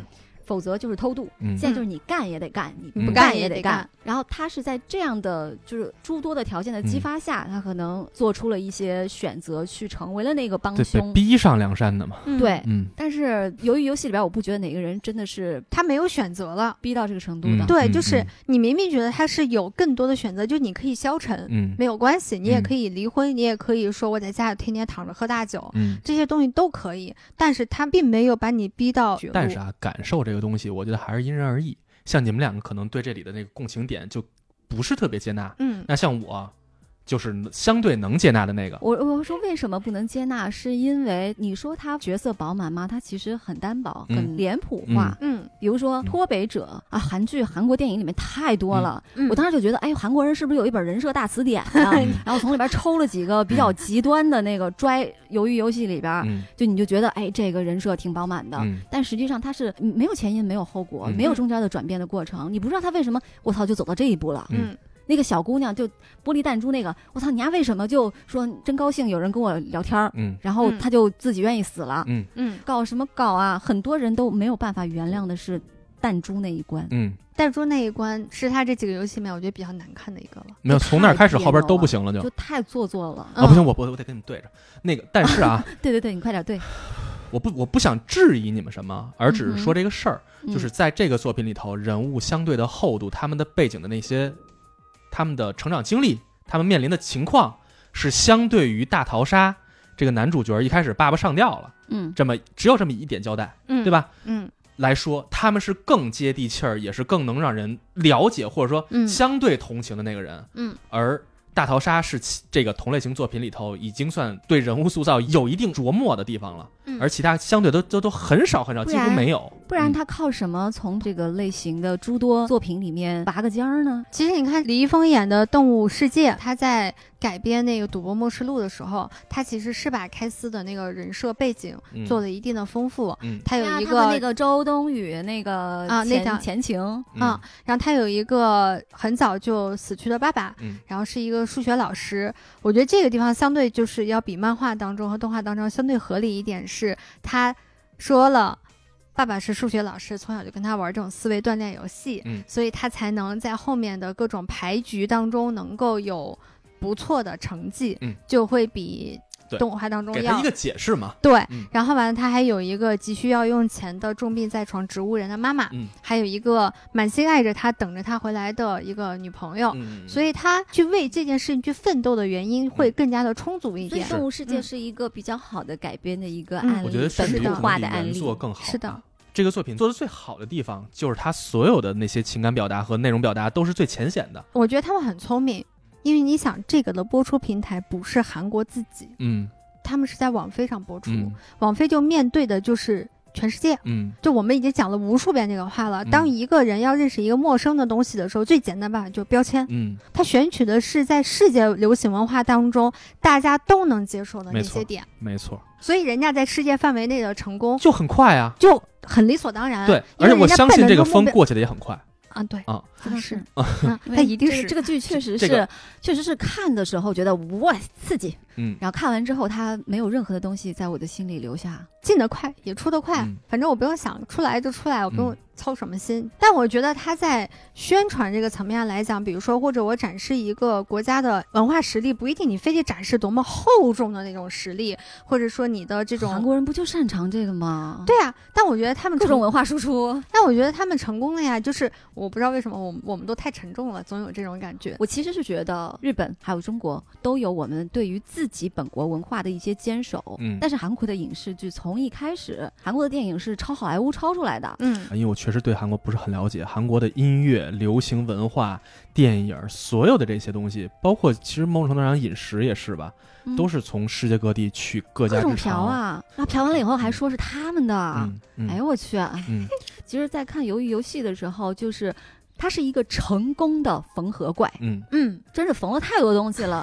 Speaker 3: 否则就是偷渡。
Speaker 2: 嗯
Speaker 3: 现在就是你干也得干，你不
Speaker 2: 嗯
Speaker 3: 干
Speaker 1: 干也
Speaker 3: 也
Speaker 1: 得
Speaker 3: 得
Speaker 1: 干
Speaker 3: 干。然后他是在这样的就是诸多的条件的激
Speaker 2: 嗯
Speaker 3: 发下，他可能做出了一些选择，去成为了那个帮
Speaker 2: 对被
Speaker 3: 凶。
Speaker 2: 逼上梁山的嘛，
Speaker 1: 嗯，
Speaker 3: 对，
Speaker 2: 嗯
Speaker 3: 但是由于游戏里边，我不觉得哪个人真的是
Speaker 1: 他没有选择了。
Speaker 3: 逼到这个程度
Speaker 2: 嗯
Speaker 3: 的。
Speaker 1: 对，
Speaker 2: 嗯
Speaker 1: 就是
Speaker 2: 嗯
Speaker 1: 你明明觉得他是有更多的选择，就你可以消沉，
Speaker 2: 嗯
Speaker 1: 没有关系，你也
Speaker 2: 嗯
Speaker 1: 可以离婚，你也可以说我在家里天天躺着喝大酒，
Speaker 2: 嗯。
Speaker 1: 这些东西都可以，但是他并没有把你逼到绝路。
Speaker 2: 但是啊，感受这个东西，我觉得还是因人而异。像你们两个可能对这里的那个共情点就不是特别接纳，
Speaker 1: 嗯
Speaker 2: 那像我就是相对能接纳的那个。
Speaker 3: 我我说为什么不能接纳，是因为你说他角色饱满吗？他其实很单薄，
Speaker 2: 嗯
Speaker 3: 很脸谱化。
Speaker 1: 嗯
Speaker 3: 比如说
Speaker 2: 嗯
Speaker 3: 《脱北者》啊，韩剧、韩国电影里面太多
Speaker 2: 嗯
Speaker 3: 了，
Speaker 1: 嗯，
Speaker 3: 我当时就觉得，哎，韩国人是不是有一本人设大词 典呀、
Speaker 2: 嗯
Speaker 3: 然后从里边抽了几个比较极端的那个拽，鱿鱼游戏里边，
Speaker 2: 嗯
Speaker 3: 就你就觉得，哎，这个人设挺饱满的。
Speaker 2: 嗯
Speaker 3: 但实际上他是没有前因，没有后果，
Speaker 2: 嗯
Speaker 3: 没有中间的转变的过程，你不知道他为什么我操就走到这一步了。
Speaker 1: 嗯
Speaker 3: 那个小姑娘就玻璃弹珠那个，我操，你丫为什么就说真高兴有人跟我聊天儿，
Speaker 2: 嗯
Speaker 3: 然后
Speaker 1: 嗯
Speaker 3: 她就自己愿意死了，
Speaker 2: 嗯
Speaker 1: 嗯，
Speaker 3: 搞什么搞啊？很多人都没有办法原谅的是弹珠那一关，
Speaker 2: 嗯，
Speaker 1: 弹珠那一关是他这几个游戏里面我觉得比较难看的一个了。
Speaker 2: 没有，
Speaker 3: 就
Speaker 2: 从那儿
Speaker 3: 太
Speaker 2: 开始
Speaker 3: 别
Speaker 2: 后边
Speaker 3: 扭
Speaker 2: 都不
Speaker 3: 了
Speaker 2: 行了就。
Speaker 3: 就太做作了。嗯
Speaker 2: 啊，不行，我不，我得跟你们对着。那个，但是 啊，
Speaker 3: 对对对，你快点，对，
Speaker 2: 我不，我不想质疑你们什么，而只是说这个事儿，
Speaker 3: 嗯
Speaker 2: 就是在这个作品里头，人物相对的厚度，他们的背景的那些，他们的成长经历，他们面临的情况，是相对于大逃杀这个男主角一开始爸爸上吊了，
Speaker 3: 嗯
Speaker 2: 这么只有这么一点交代，
Speaker 1: 嗯，
Speaker 2: 对？吧？
Speaker 1: 嗯
Speaker 2: 来说，他们是更接地气儿，也是更能让人了解或者说
Speaker 1: 嗯
Speaker 2: 相对同情的那个人。
Speaker 1: 嗯，
Speaker 2: 而大逃杀是其这个同类型作品里头已经算对人物塑造有一定琢磨的地方了，
Speaker 1: 嗯
Speaker 2: 而其他相对都都都很少很少，
Speaker 3: 不
Speaker 2: 几
Speaker 3: 然
Speaker 2: 乎没有。
Speaker 3: 不然
Speaker 2: 嗯
Speaker 3: 他靠什么从这个类型的诸多作品里面拔个尖儿呢？
Speaker 1: 其实你看李易峰演的《动物世界》，他在改编那个《赌博默示录》的时候，他其实是把开司的那个人设背景
Speaker 2: 嗯
Speaker 1: 做了一定的丰富。
Speaker 2: 嗯
Speaker 1: 他有一
Speaker 3: 对啊他
Speaker 1: 个
Speaker 3: 们那个周冬雨那个
Speaker 1: 啊那
Speaker 3: 前
Speaker 1: 个
Speaker 3: 前情，
Speaker 2: 嗯
Speaker 1: 啊然后他有一个很早就死去的爸爸，
Speaker 2: 嗯
Speaker 1: 然后是一个数学老师。我觉得这个地方相对就是要比漫画当中和动画当中相对合理一点，是他说了，爸爸是数学老师，从小就跟他玩这种思维锻炼游戏，
Speaker 2: 嗯
Speaker 1: 所以他才能在后面的各种牌局当中能够有不错的成绩，
Speaker 2: 嗯
Speaker 1: 就会比
Speaker 2: 对
Speaker 1: 动画当中
Speaker 2: 给
Speaker 1: 要
Speaker 2: 他一个解释嘛。
Speaker 1: 对，
Speaker 2: 嗯
Speaker 1: 然后完了，他还有一个急需要用钱的重病在床植物人的妈妈，
Speaker 2: 嗯
Speaker 1: 还有一个满心爱着他、等着他回来的一个女朋友。
Speaker 2: 嗯，
Speaker 1: 哦所
Speaker 2: 以
Speaker 1: 以他去为这件事情去奋斗的原因会更加的充足一
Speaker 3: 所以
Speaker 1: 点
Speaker 3: 《
Speaker 2: 是。
Speaker 3: 动物世界
Speaker 1: 嗯》
Speaker 3: 是一个比较好的改编的一个
Speaker 1: 嗯
Speaker 3: 案例，
Speaker 2: 我觉得甚
Speaker 1: 是
Speaker 2: 至
Speaker 3: 本
Speaker 2: 于
Speaker 1: 的
Speaker 3: 土
Speaker 2: 可
Speaker 3: 化
Speaker 2: 能比
Speaker 3: 的案
Speaker 2: 原
Speaker 3: 例。
Speaker 2: 作更好。
Speaker 1: 是的，
Speaker 2: 这个作品做的最好的地方就是它所有的那些情感表达和内容表达都是最浅显的。
Speaker 1: 我觉得他们很聪明，因为你想，这个的播出平台不是韩国自己，
Speaker 2: 嗯
Speaker 1: 他们是在网飞上播出，
Speaker 2: 嗯
Speaker 1: 网飞就面对的就是全世界。
Speaker 2: 嗯
Speaker 1: 就我们已经讲了无数遍这个话了。
Speaker 2: 嗯
Speaker 1: 当一个人要认识一个陌生的东西的时候，最简单办法就是标签。
Speaker 2: 嗯，
Speaker 1: 它选取的是在世界流行文化当中大家都能接受的
Speaker 2: 没
Speaker 1: 那
Speaker 2: 错
Speaker 1: 些点，
Speaker 2: 没错，
Speaker 1: 所以人家在世界范围内的成功
Speaker 2: 就很快啊。
Speaker 1: 就很理所当然。
Speaker 2: 对，
Speaker 1: 呃因为
Speaker 2: 而且我
Speaker 1: 人家
Speaker 2: 相
Speaker 1: 奔
Speaker 2: 信
Speaker 1: 着
Speaker 2: 这个
Speaker 1: 目
Speaker 2: 风
Speaker 1: 标
Speaker 2: 过去的也很快。
Speaker 1: 啊，对
Speaker 2: 啊
Speaker 1: 真的是，
Speaker 3: 嗯
Speaker 1: 嗯，他一定
Speaker 3: 这
Speaker 1: 是
Speaker 3: 个这个剧确实
Speaker 2: 这
Speaker 3: 是，
Speaker 2: 个
Speaker 3: 确实是看的时候觉得哇刺激，
Speaker 2: 嗯
Speaker 3: 然后看完之后，它没有任何的东西在我的心里留下。
Speaker 1: 进得快也出得快
Speaker 2: 嗯，
Speaker 1: 反正我不用想出来就出来，我不用
Speaker 2: 嗯
Speaker 1: 操什么心。但我觉得他在宣传这个层面上来讲，比如说或者我展示一个国家的文化实力，不一定你非得展示多么厚重的那种实力，或者说你的这
Speaker 3: 韩
Speaker 1: 种。
Speaker 3: 国人不就擅长这个吗？，
Speaker 1: 对啊，但我觉得他们
Speaker 3: 各
Speaker 1: 成
Speaker 3: 种文化输出。
Speaker 1: 但我觉得他们成功了呀，就是我不知道为什么我们我们都太沉重了，总有这种感觉。
Speaker 3: 我其实是觉得日本还有中国都有我们对于自己本国文化的一些坚守，
Speaker 2: 嗯
Speaker 3: 但是韩国的影视剧从一开始，韩国的电影是抄好莱坞抄出来的，
Speaker 1: 嗯
Speaker 2: 因为我确实对韩国不是很了解，韩国的音乐、流行文化、电影，所有的这些东西，包括其实某种程度上饮食也是吧，
Speaker 3: 嗯
Speaker 2: 都是从世界各地去各
Speaker 3: 各
Speaker 2: 家
Speaker 3: 种
Speaker 2: 之
Speaker 3: 嫖
Speaker 2: 长。
Speaker 3: 啊，那嫖完了以后还说是他们的，
Speaker 2: 嗯嗯，
Speaker 3: 哎呦我去啊！
Speaker 2: 嗯
Speaker 3: 其实，在看《鱿鱼游戏》的时候，就是它是一个成功的缝合怪，
Speaker 2: 嗯，
Speaker 1: 嗯，
Speaker 3: 真是缝了太多东西 了。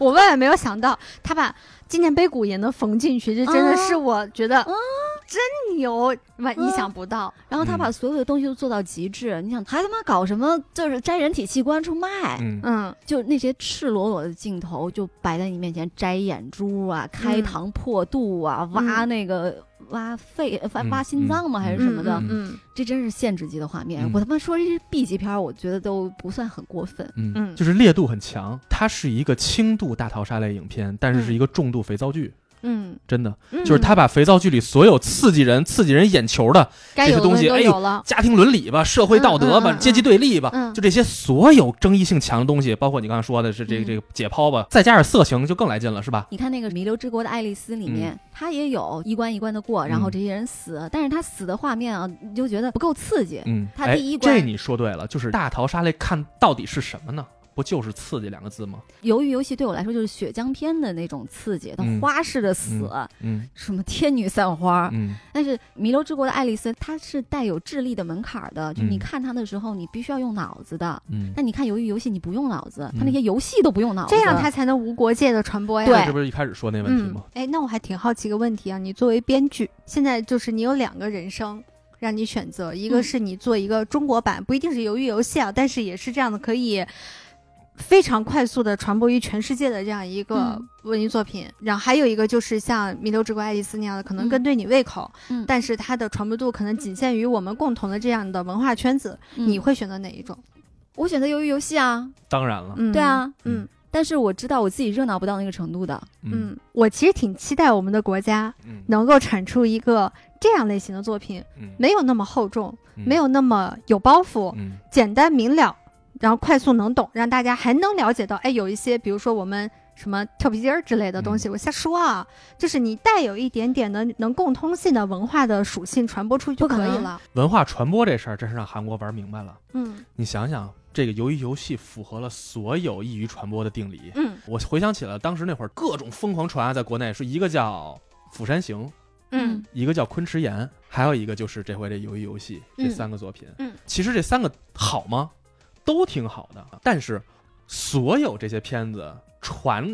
Speaker 1: 我万万没有想到他把纪念碑谷也能缝进去，这真的是我觉得、
Speaker 3: 嗯
Speaker 1: 真牛，万
Speaker 3: 嗯
Speaker 1: 意想不到。
Speaker 3: 然后
Speaker 2: 嗯
Speaker 3: 他把所有的东西都做到极致，你想还他妈搞什么？就是摘人体器官出卖，
Speaker 2: 嗯
Speaker 1: 嗯
Speaker 3: 就那些赤裸裸的镜头就摆在你面前，摘眼珠啊，
Speaker 1: 嗯
Speaker 3: 开膛破肚啊，挖那个挖肺、挖
Speaker 2: 嗯
Speaker 3: 挖心脏吗？
Speaker 2: 嗯
Speaker 3: 还
Speaker 1: 嗯
Speaker 3: 是什么的？
Speaker 1: 嗯嗯
Speaker 3: 这真是限制级的画面。
Speaker 2: 嗯
Speaker 3: 我他妈说这是 B 级片儿，我觉得都不算很过分。
Speaker 2: 嗯
Speaker 1: 嗯
Speaker 2: 就是烈度很强，它是一个轻度大逃杀类影片，但是是
Speaker 1: 嗯
Speaker 2: 一个重度肥皂剧，
Speaker 1: 嗯，
Speaker 2: 真的
Speaker 1: 嗯
Speaker 2: 就是他把肥皂剧里所有刺激人、刺激人眼球的
Speaker 1: 该有的
Speaker 2: 这些东
Speaker 1: 都
Speaker 2: 西哎
Speaker 1: 有了。
Speaker 2: 家庭伦理吧、社会道德吧、
Speaker 1: 哦嗯嗯嗯
Speaker 2: 阶级对立吧，
Speaker 1: 嗯
Speaker 2: 就这些所有争议性强的东西，包括你刚才说的是这个
Speaker 3: 嗯
Speaker 2: 这个解剖吧，再加上色情就更来劲了，是吧？
Speaker 3: 你看那个《弥留之国的爱丽丝》里
Speaker 2: 嗯
Speaker 3: 面，她也有一关一关的过，然后这些人死，但是她死的画面啊，你就觉得不够刺激。
Speaker 2: 嗯，
Speaker 3: 他
Speaker 2: 哎
Speaker 3: 第一关
Speaker 2: 这你说对了，就是大逃杀类看到底是什么呢？不就是刺激两个字吗？
Speaker 3: 鱿鱼游戏对我来说就是血浆片的那种刺激，它
Speaker 2: 嗯
Speaker 3: 花式的死，
Speaker 2: 嗯
Speaker 3: 什么天女散
Speaker 1: 啊
Speaker 3: 花。
Speaker 2: 嗯
Speaker 3: 但是《弥留之国的爱丽丝》它是带有智力的门槛儿的，就
Speaker 2: 嗯
Speaker 3: 你看它的时候，你必须要用脑子的。
Speaker 2: 嗯，
Speaker 3: 但你看鱿鱼游戏，你不用脑子，
Speaker 2: 嗯
Speaker 3: 它那些游戏都不用脑子，
Speaker 1: 这样他才能无国界的传播呀。
Speaker 3: 对
Speaker 2: 这不是一开始说那问题
Speaker 1: 嗯
Speaker 2: 吗？，
Speaker 1: 哎，那我还挺好奇一个问题啊，你作为编剧，现在就是你有两个人生让你选择，一个
Speaker 3: 嗯
Speaker 1: 是你做一个中国版，不一定是鱿鱼游戏啊，但是也是这样的，可以非常快速的传播于全世界的这样一个
Speaker 3: 嗯
Speaker 1: 文艺作品。然后还有一个就是像《弥留之国爱丽丝》那样的，可能
Speaker 3: 嗯
Speaker 1: 更对你胃口，
Speaker 3: 嗯
Speaker 1: 但是它的传播度可能仅限于我们共同的这样的文化圈子。你
Speaker 3: 嗯
Speaker 1: 会选择哪一种？
Speaker 3: 我选择鱿鱼游戏啊，
Speaker 2: 当然了，
Speaker 1: 嗯，
Speaker 3: 对，啊，
Speaker 1: 嗯
Speaker 3: 但是我知道我自己热闹不到那个程度的，
Speaker 2: 嗯
Speaker 1: 嗯，我其实挺期待我们的国家
Speaker 2: 嗯
Speaker 1: 能够产出一个这样类型的作品，
Speaker 2: 嗯，
Speaker 1: 没有那么厚重，
Speaker 2: 嗯
Speaker 1: 没有那么有包袱，
Speaker 2: 嗯
Speaker 1: 简单明了，然后快速能懂，让大家还能了解到，哎，有一些比如说我们什么跳皮筋儿之类的
Speaker 2: 嗯
Speaker 1: 东西，我瞎说啊，就是你带有一点点的能共通性的文化的属性传播出去就
Speaker 3: 不可
Speaker 1: 可以
Speaker 3: 能
Speaker 1: 了。
Speaker 2: 文化传播这事儿真是让韩国玩明白了。
Speaker 1: 嗯
Speaker 2: 你想想，这个由于游戏符合了所有易于传播的定理。
Speaker 1: 嗯
Speaker 2: 我回想起了当时那会儿各种疯狂传啊，在国内是一个叫《釜山行》，
Speaker 1: 嗯，
Speaker 2: 一个叫《昆池岩》，还有一个就是这回这鱿鱼游戏这三个作品。
Speaker 1: 嗯嗯
Speaker 2: 其实这三个好吗？都挺好的，但是所有这些片子传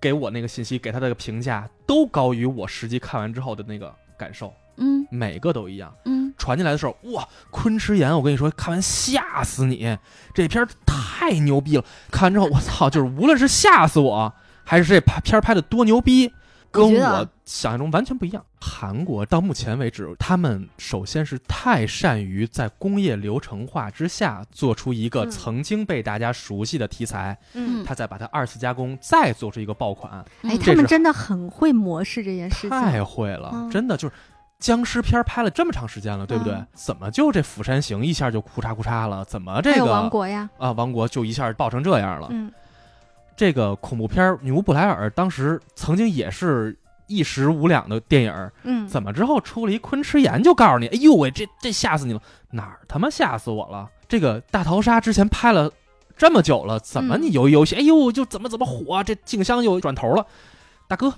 Speaker 2: 给我那个信息，给他的评价都高于我实际看完之后的那个感受，
Speaker 3: 嗯
Speaker 2: 每个都一样。
Speaker 3: 嗯，
Speaker 2: 传进来的时候，哇，昆池岩，我跟你说，看完吓死你！这片儿太牛逼了，看完之后，我操，就是无论是吓死我，还是这片儿拍的多牛逼，跟
Speaker 3: 我觉得啊
Speaker 2: 我想象中完全不一样。韩国到目前为止，他们首先是太善于在工业流程化之下做出一个
Speaker 1: 嗯
Speaker 2: 曾经被大家熟悉的题材，
Speaker 1: 嗯，
Speaker 2: 他再把它二次加工，再做出一个爆款，
Speaker 1: 哎，
Speaker 3: 嗯
Speaker 1: 他
Speaker 2: 这
Speaker 1: 们
Speaker 2: 是
Speaker 1: 真的很会模式这件事情。
Speaker 2: 太会了，
Speaker 1: 嗯
Speaker 2: 真的就是僵尸片拍了这么长时间了，对不对？
Speaker 1: 嗯
Speaker 2: 怎么就这《釜山行》一下就哭嚓哭嚓了？怎么这
Speaker 1: 还有
Speaker 2: 个
Speaker 1: 王国呀，
Speaker 2: 啊王国就一下爆成这样了？
Speaker 1: 嗯
Speaker 2: 这个恐怖片《女巫布莱尔》当时曾经也是一时无两的电影儿，
Speaker 1: 嗯，
Speaker 2: 怎么之后出了一昆池岩就告诉你，哎呦喂，这这吓死你了，哪儿他妈吓死我了？这个大逃杀之前拍了这么久了，怎么
Speaker 1: 嗯
Speaker 2: 你游游戏，哎呦就怎么怎么火，啊这静香又转头了，大哥，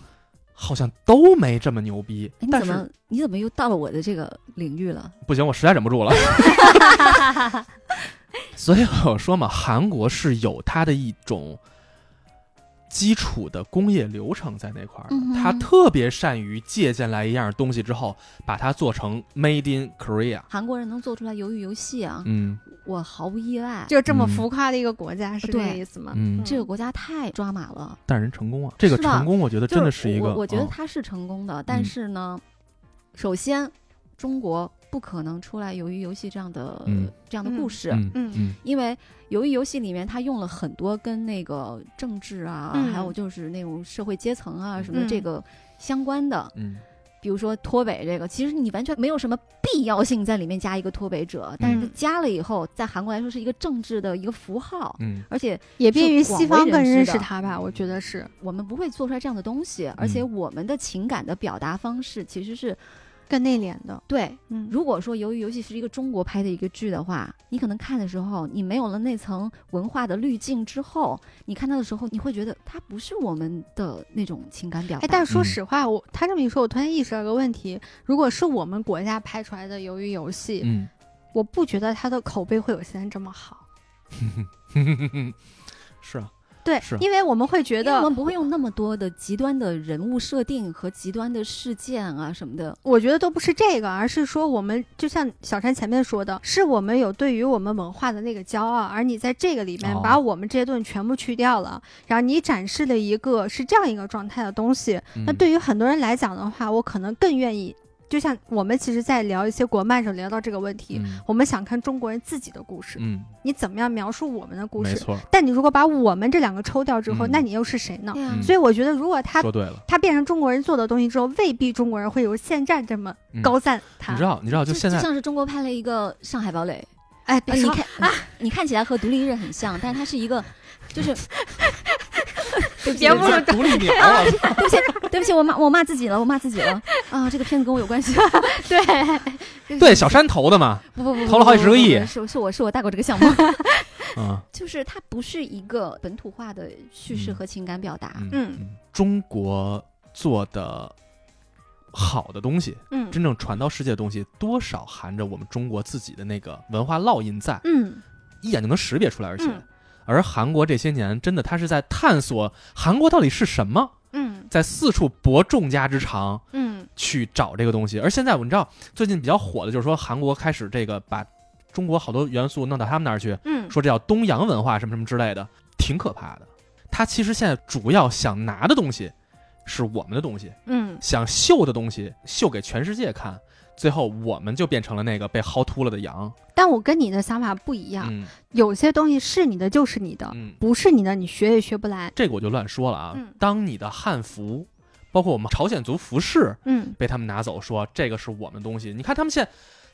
Speaker 2: 好像都没这么牛逼
Speaker 3: 哎，你，
Speaker 2: 但
Speaker 3: 怎
Speaker 2: 是
Speaker 3: 么你怎么又到了我的这个领域了？
Speaker 2: 不行，我实在忍不住了， 所以我说嘛，韩国是有它的一种。基础的工业流程在那块儿的，
Speaker 3: 嗯哼
Speaker 2: 它特别善于借鉴来一样东西之后，把它做成 Made in Korea。
Speaker 3: 韩国人能做出来鱿鱼游戏啊，
Speaker 2: 嗯，
Speaker 3: 我毫不意外。
Speaker 1: 就这么
Speaker 2: 嗯
Speaker 1: 浮夸的一个国家是这个
Speaker 3: 对
Speaker 1: 意思吗？
Speaker 2: 嗯
Speaker 3: 这个国家太抓马了，
Speaker 2: 但是人成功啊，这个
Speaker 3: 是吧
Speaker 2: 成功，我觉得
Speaker 3: 就
Speaker 2: 真的是一个，
Speaker 3: 我我觉得
Speaker 2: 嗯
Speaker 3: 他是成功的，但是呢，首先中国不可能出来鱿鱼游戏这样的、
Speaker 2: 嗯
Speaker 3: 这样的故事。
Speaker 2: 嗯
Speaker 1: 嗯
Speaker 2: 嗯
Speaker 3: 因为鱿鱼游戏里面，它用了很多跟那个政治啊，
Speaker 1: 嗯
Speaker 3: 还有就是那种社会阶层啊什么
Speaker 1: 嗯
Speaker 3: 的这个相关的，
Speaker 2: 嗯
Speaker 3: 比如说脱北这个，其实你完全没有什么必要性在里面加一个脱北者，但是
Speaker 1: 嗯
Speaker 3: 加了以后，在韩国来说是一个政治的一个符号，
Speaker 2: 嗯
Speaker 3: 而且
Speaker 1: 也便于
Speaker 3: 是
Speaker 1: 西
Speaker 3: 广
Speaker 1: 方
Speaker 3: 为
Speaker 1: 更
Speaker 3: 人知
Speaker 1: 认识
Speaker 3: 的
Speaker 1: 它吧，我觉得是。
Speaker 3: 我们不会做出来这样的东西，而
Speaker 2: 嗯
Speaker 3: 且我们的情感的表达方式其实是
Speaker 1: 更内敛的。
Speaker 3: 对。
Speaker 1: 嗯，
Speaker 3: 如果说由于游戏是一个中国拍的一个剧的话，你可能看的时候，你没有了那层文化的滤镜之后，你看它的时候，你会觉得它不是我们的那种情感表达。
Speaker 1: 哎，但
Speaker 2: 是
Speaker 1: 是说实话，我他这么一说，我突然意识到个问题：如果是我们国家拍出来的鱿鱼游戏，
Speaker 2: 嗯
Speaker 1: 我不觉得它的口碑会有现在这么好。
Speaker 2: 嗯，是啊，
Speaker 1: 对
Speaker 2: 是，
Speaker 1: 因为我们会觉
Speaker 3: 因为
Speaker 1: 得
Speaker 3: 我，们不会用那么多的极端的人物设定和极端的事件啊什么的。
Speaker 1: 我觉得都不是这个，而是说我们就像小山前面说的，是我们有对于我们文化的那个骄傲，而你在这个里面
Speaker 2: 哦
Speaker 1: 把我们这些东西全部去掉了，然后你展示了一个是这样一个状态的东西，那
Speaker 2: 嗯，
Speaker 1: 对于很多人来讲的话，我可能更愿意，就像我们其实，在聊一些国漫的时候聊到这个问题，
Speaker 2: 嗯
Speaker 1: 我们想看中国人自己的故事，
Speaker 2: 嗯，
Speaker 1: 你怎么样描述我们的故
Speaker 2: 没
Speaker 1: 事？
Speaker 2: 错，
Speaker 1: 但你如果把我们这两个抽掉之后，
Speaker 2: 嗯
Speaker 1: 那你又是谁呢？
Speaker 3: 对啊，
Speaker 2: 嗯
Speaker 1: 所以我觉得，如果他
Speaker 2: 说对了，
Speaker 1: 他变成中国人做的东西之后，未必中国人会有现在这么
Speaker 2: 嗯
Speaker 1: 高赞他。
Speaker 2: 你知道，你知道，就
Speaker 3: 啊就
Speaker 2: 现
Speaker 3: 就
Speaker 2: 在，
Speaker 3: 像是中国拍了一个《上海堡垒》，
Speaker 1: 哎，别
Speaker 3: 呃你
Speaker 1: 说
Speaker 3: 看啊，你看起来和独立日很像，但是它是一 个，就是，对不起，
Speaker 1: 别
Speaker 3: 对
Speaker 1: 侮
Speaker 3: 不
Speaker 1: 辱
Speaker 2: 这
Speaker 3: 起，
Speaker 2: 独立鸟啊，
Speaker 3: 对不起，对不起，我骂我骂自己了，我骂自己了啊！这个片子跟我有关系，
Speaker 1: 对，
Speaker 2: 对，小山投的嘛，
Speaker 3: 不不不，
Speaker 2: 投了好几十个亿
Speaker 3: 不不不是是我是我带过这个项 目，
Speaker 2: 啊，
Speaker 3: 就是它不是一个本土化的叙事和情感表达，
Speaker 2: 嗯
Speaker 1: 嗯，
Speaker 2: 中国做的好的东西，
Speaker 1: 嗯
Speaker 2: 真正传到世界的东西，多少含着我们中国自己的那个文化烙印在，
Speaker 1: 嗯
Speaker 2: 一眼就能识别出来，而且。
Speaker 1: 嗯
Speaker 2: 而韩国这些年，真的他是在探索韩国到底是什么，
Speaker 1: 嗯
Speaker 2: 在四处博众家之长
Speaker 1: 嗯
Speaker 2: 去找这个东西。而现在我们知道，最近比较火的就是说韩国开始这个把中国好多元素弄到他们那儿去，
Speaker 1: 嗯，
Speaker 2: 说这叫东洋文化什么什么之类的，挺可怕的。他其实现在主要想拿的东西是我们的东西，
Speaker 1: 嗯，
Speaker 2: 想秀的东西秀给全世界看，最后我们就变成了那个被薅秃了的羊。
Speaker 1: 但我跟你的想法不一样，
Speaker 2: 嗯
Speaker 1: 有些东西是你的就是你的，
Speaker 2: 嗯，
Speaker 1: 不是你的你学也学不来。
Speaker 2: 这个我就乱说了啊。
Speaker 1: 嗯
Speaker 2: 当你的汉服，包括我们朝鲜族服饰
Speaker 1: 嗯，
Speaker 2: 被他们拿走说，这个是我们的东西。你看他们现在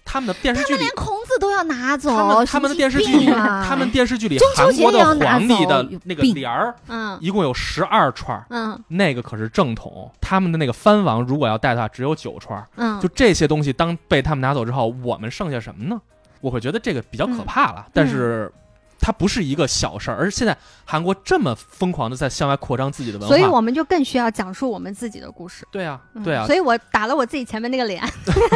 Speaker 2: 他们的电视剧
Speaker 3: 他们
Speaker 2: 里
Speaker 3: 连。孔子都要拿走，
Speaker 2: 他们他们的电视剧里，
Speaker 3: 神经病 啊
Speaker 2: 他们电视剧里
Speaker 3: 中秋
Speaker 2: 韩
Speaker 3: 节
Speaker 2: 国
Speaker 3: 也
Speaker 2: 的
Speaker 3: 要拿
Speaker 2: 皇帝
Speaker 3: 走
Speaker 2: 的
Speaker 3: 有
Speaker 2: 那个
Speaker 3: 病
Speaker 2: 帘儿，
Speaker 1: 嗯
Speaker 2: 一共有十二串儿，
Speaker 1: 嗯
Speaker 2: 那个可是正统。他们的那个藩王如果要带的话，只有九串儿。
Speaker 1: 嗯，
Speaker 2: 就这些东西，当被他们拿走之后，我们剩下什么呢？我会觉得这个比较可怕了，但是。它不是一个小事儿，而现在韩国这么疯狂的在向外扩张自己的文化，
Speaker 1: 所以我们就更需要讲述我们自己的故事。
Speaker 2: 对啊，
Speaker 1: 嗯
Speaker 2: 对啊，
Speaker 1: 所以我打了我自己前面那个 脸。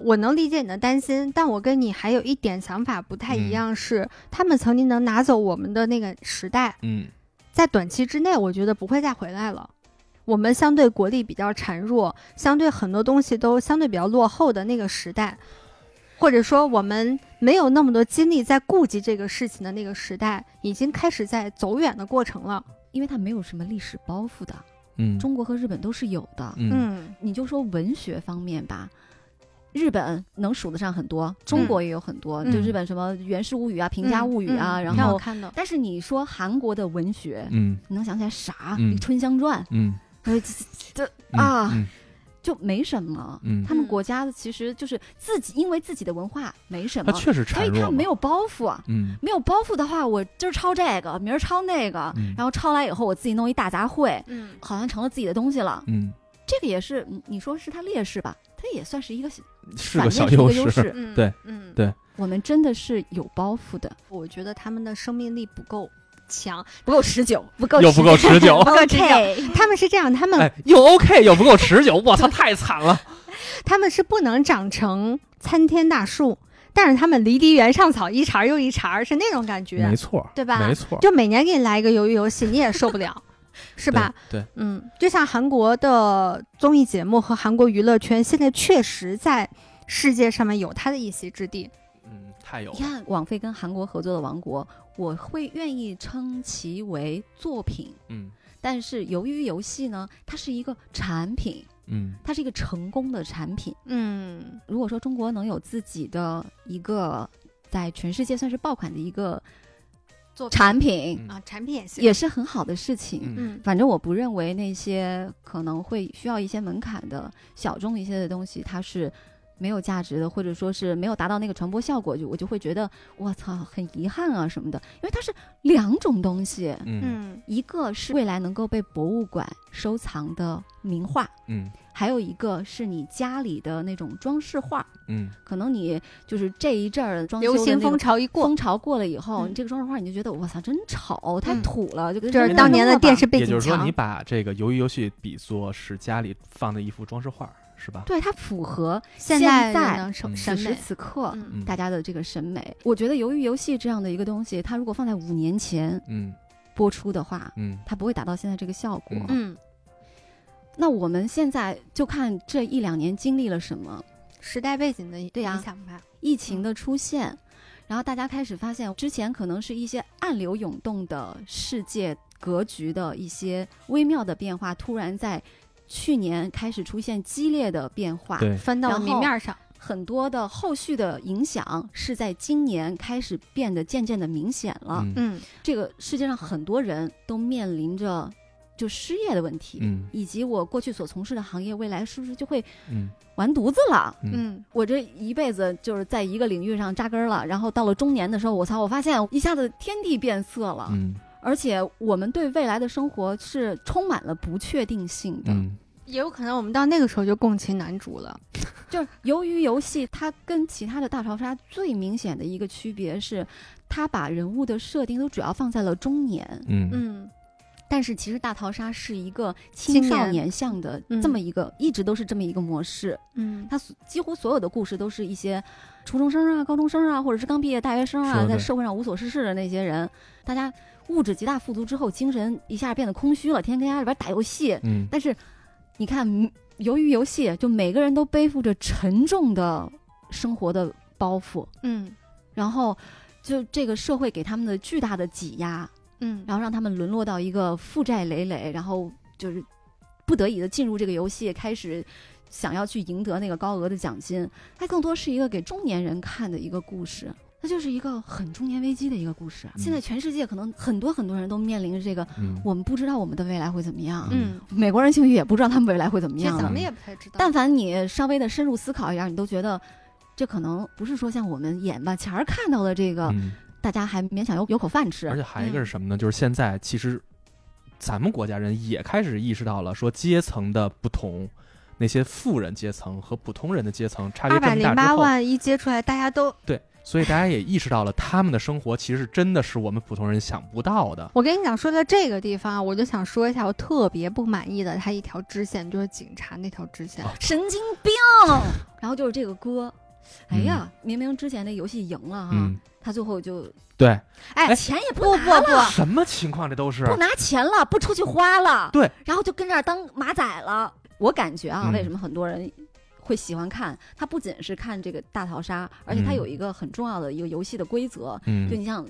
Speaker 1: 我能理解你的担心，但我跟你还有一点想法不太一
Speaker 2: 嗯
Speaker 1: 样是，他们曾经能拿走我们的那个时代，
Speaker 2: 嗯
Speaker 1: 在短期之内，我觉得不会再回来了。我们相对国力比较孱弱，相对很多东西都相对比较落后的那个时代，或者说我们没有那么多精力在顾及这个事情的那个时代，已经开始在走远的过程了。
Speaker 3: 因为他没有什么历史包袱的，
Speaker 2: 嗯
Speaker 3: 中国和日本都是有的。
Speaker 2: 嗯
Speaker 1: 嗯
Speaker 3: 你就说文学方面吧。日本能数得上很多，中国也有很多，
Speaker 1: 嗯
Speaker 3: 就日本什么《源氏物语》啊、平家物语》啊，
Speaker 1: 嗯
Speaker 3: 然
Speaker 1: 让我
Speaker 2: 哦
Speaker 3: 后，
Speaker 1: 看到，
Speaker 3: 但是你说韩国的文学，
Speaker 2: 嗯
Speaker 3: 你能想起来啥？
Speaker 2: 嗯
Speaker 3: 那个春香传》
Speaker 2: 嗯
Speaker 3: 哎，这这
Speaker 2: 嗯
Speaker 3: 啊
Speaker 2: 嗯
Speaker 3: 就没什么。
Speaker 2: 嗯，
Speaker 3: 他们国家其实就是自己，因为自己的文化没什
Speaker 2: 它
Speaker 3: 么，
Speaker 2: 确实
Speaker 3: 所
Speaker 2: 孱
Speaker 3: 以
Speaker 2: 弱
Speaker 3: 他
Speaker 2: 嘛，
Speaker 3: 没有包袱啊。
Speaker 2: 嗯
Speaker 3: 没有包袱的话，我今儿抄这个，明儿抄那个，
Speaker 2: 嗯
Speaker 3: 然后抄来以后我自己弄一大杂烩，
Speaker 1: 嗯
Speaker 3: 好像成了自己的东西了。
Speaker 2: 嗯
Speaker 3: 这个也是，你你说是他劣势吧？他也算是一个
Speaker 2: 是
Speaker 3: 反
Speaker 2: 个
Speaker 3: 面
Speaker 2: 小
Speaker 3: 是一个
Speaker 2: 势，
Speaker 3: 势。
Speaker 1: 嗯
Speaker 2: 对，
Speaker 1: 嗯
Speaker 2: 对
Speaker 3: 我们真的是有包袱的，
Speaker 2: 哦
Speaker 1: 我觉得他们的生命力不够强，
Speaker 3: 不够持久，不够
Speaker 2: 又不够持久
Speaker 1: 不够持久嗯
Speaker 3: OK
Speaker 1: 他们是这样，他们、
Speaker 2: 哎，又 OK 又不够持久，我操，太惨了。
Speaker 1: 他们是不能长成参天大树，但是他们离离原上草一茬儿又一茬儿，是那种感觉
Speaker 2: 没，错，
Speaker 1: 对吧
Speaker 2: 没错，
Speaker 1: 就每年给你来一个鱿鱼游戏，你也受不 了，是
Speaker 2: 对
Speaker 1: 吧？？
Speaker 2: 对，
Speaker 1: 嗯，就像韩国的综艺节目和韩国娱乐圈，现在确实在世界上面有它的一席之地。
Speaker 2: 嗯，太有
Speaker 3: 你
Speaker 2: 了。
Speaker 3: 看，网飞跟韩国合作的《王国》，我会愿意称其为作品，
Speaker 2: 嗯
Speaker 3: 但是由于游戏呢，它是一个产品，
Speaker 2: 嗯
Speaker 3: 它是一个成功的产品。
Speaker 1: 嗯
Speaker 3: 如果说中国能有自己的一个在全世界算是爆款的一个
Speaker 1: 作品
Speaker 3: 产品，
Speaker 2: 嗯
Speaker 1: 啊，产品也行，
Speaker 3: 也是很好的事情。
Speaker 2: 嗯
Speaker 1: 嗯
Speaker 3: 反正我不认为那些可能会需要一些门槛的小众一些的东西，它是没有价值的，或者说是没有达到那个传播效果，就我就会觉得我操很遗憾啊什么的，因为它是两种东西，
Speaker 2: 嗯
Speaker 1: 嗯
Speaker 3: 一个是未来能够被博物馆收藏的名画，
Speaker 2: 嗯
Speaker 3: 还有一个是你家里的那种装饰画，
Speaker 2: 嗯
Speaker 3: 可能你就是这一阵儿装修
Speaker 1: 流
Speaker 3: 的
Speaker 1: 行
Speaker 3: 那种
Speaker 1: 风潮一过，
Speaker 3: 嗯风潮过了以后，
Speaker 1: 嗯
Speaker 3: 你这个装饰画你就觉得我操真丑，太
Speaker 2: 嗯
Speaker 3: 土了，就跟
Speaker 1: 就是
Speaker 3: 扔
Speaker 1: 当年的
Speaker 3: 了吧
Speaker 1: 电视背
Speaker 2: 也就
Speaker 1: 景
Speaker 2: 是说，
Speaker 1: 墙
Speaker 2: 你。把这个鱿鱼游戏比作是家里放的一幅装饰画，是吧？
Speaker 3: 对它符合
Speaker 1: 现
Speaker 3: 在
Speaker 1: 人的审
Speaker 2: 嗯
Speaker 1: 审
Speaker 3: 此时
Speaker 1: 美，
Speaker 3: 此刻
Speaker 1: 嗯
Speaker 2: 嗯
Speaker 3: 大家的这个审美。我觉得，由于游戏这样的一个东西，它如果放在五年前
Speaker 2: 嗯
Speaker 3: 播出的话，
Speaker 2: 嗯
Speaker 3: 它不会达到现在这个效果。
Speaker 2: 嗯
Speaker 1: 嗯，
Speaker 3: 那我们现在就看这一两年经历了什么，
Speaker 1: 时代背景的
Speaker 3: 对啊呀
Speaker 1: 影响吧。
Speaker 3: 疫
Speaker 2: 嗯
Speaker 3: 情的出现。然后大家开始发现，之前可能是一些暗流涌动的世界格局的一些微妙的变化，突然在去年开始出现激烈的变化。
Speaker 2: 对，
Speaker 1: 翻到
Speaker 3: 然
Speaker 1: 明
Speaker 3: 后
Speaker 1: 面上。
Speaker 3: 很多的后续的影响是在今年开始变得渐渐的明显了。
Speaker 2: 嗯
Speaker 1: 嗯
Speaker 3: 这个世界上很多人都面临着就失业的问题，
Speaker 2: 嗯
Speaker 3: 以及我过去所从事的行业未来是不是就会
Speaker 2: 嗯
Speaker 3: 完犊子了？
Speaker 2: 嗯
Speaker 1: 嗯
Speaker 3: 我这一辈子就是在一个领域上扎根了，然后到了中年的时候，我操，我发现一下子天地变色了，
Speaker 2: 嗯
Speaker 3: 而且我们对未来的生活是充满了不确定性的。
Speaker 2: 嗯，
Speaker 1: 也有可能我们到那个时候就共情男主了。
Speaker 3: 就是由于游戏，它跟其他的大逃杀最明显的一个区别是，它把人物的设定都主要放在了中年，
Speaker 2: 嗯
Speaker 1: 嗯
Speaker 3: 但是其实大逃杀是一个
Speaker 1: 青
Speaker 3: 青
Speaker 1: 年
Speaker 3: 少年向的
Speaker 1: 嗯
Speaker 3: 这么一个，一直都是这么一个模式。
Speaker 1: 嗯，
Speaker 3: 它所几乎所有的故事都是一些初中生啊、高中生啊，或者是刚毕业大学生
Speaker 2: 说
Speaker 3: 啊
Speaker 2: 得，对
Speaker 3: 在社会上无所事事的那些人，大家物质极大富足之后，精神一下变得空虚了，天天跟家里边打游戏。
Speaker 2: 嗯
Speaker 3: 但是你看，嗯由于游戏，就每个人都背负着沉重的生活的包袱，
Speaker 1: 嗯
Speaker 3: 然后就这个社会给他们的巨大的挤压，
Speaker 1: 嗯，
Speaker 3: 然后让他们沦落到一个负债累累，然后就是不得已的进入这个游戏，开始想要去赢得那个高额的奖金。它更多是一个给中年人看的一个故事，它就是一个很中年危机的一个故事。现在全世界可能很多很多人都面临着这个，
Speaker 2: 嗯
Speaker 3: 我们不知道我们的未来会怎么样。
Speaker 1: 嗯，
Speaker 3: 美国人兴许也不知道他们未来会怎么
Speaker 1: 其实
Speaker 3: 样
Speaker 1: 咱
Speaker 3: 了。
Speaker 1: 们也不太知道，
Speaker 3: 但凡你稍微的深入思考一下，你都觉得。这可能不是说像我们眼吧前儿看到的这个，
Speaker 2: 嗯，
Speaker 3: 大家还勉强有有口饭吃
Speaker 2: 而。且还有一
Speaker 3: 嗯
Speaker 2: 个是什么呢？就是现在其实咱们国家人也开始意识到了，说阶层的不同，那些富人阶层和普通人的阶层差
Speaker 1: 二
Speaker 2: 别
Speaker 1: 百
Speaker 2: 这么
Speaker 1: 零
Speaker 2: 大之
Speaker 1: 八
Speaker 2: 后，
Speaker 1: 万一接出来，大家都，
Speaker 2: 对，所以大家也意识到了，他们的生活其实真的是我们普通人想不到
Speaker 3: 啊
Speaker 2: 的。
Speaker 1: 我跟你讲，说到这个地方，啊我就想说一下，我特别不满意的，它一条支线就是警察那条支线
Speaker 2: 啊，
Speaker 3: 神经病。 然后就是这个歌，哎呀，明明之前那游戏赢了哈，
Speaker 2: 嗯，
Speaker 3: 他最后就
Speaker 2: 对，
Speaker 1: 哎，
Speaker 3: 钱也
Speaker 1: 不
Speaker 3: 不
Speaker 1: 不
Speaker 3: 拿了，
Speaker 1: 不，
Speaker 2: 什么情况？这都是
Speaker 3: 不拿钱了，不出去花了，
Speaker 2: 对，
Speaker 3: 然后就跟这儿当马仔了。我感觉啊，
Speaker 2: 嗯
Speaker 3: 为什么很多人？会喜欢看，它不仅是看这个大逃杀，而且它
Speaker 2: 嗯
Speaker 3: 有一个很重要的一个游戏的规则，就
Speaker 2: 嗯，
Speaker 3: 你像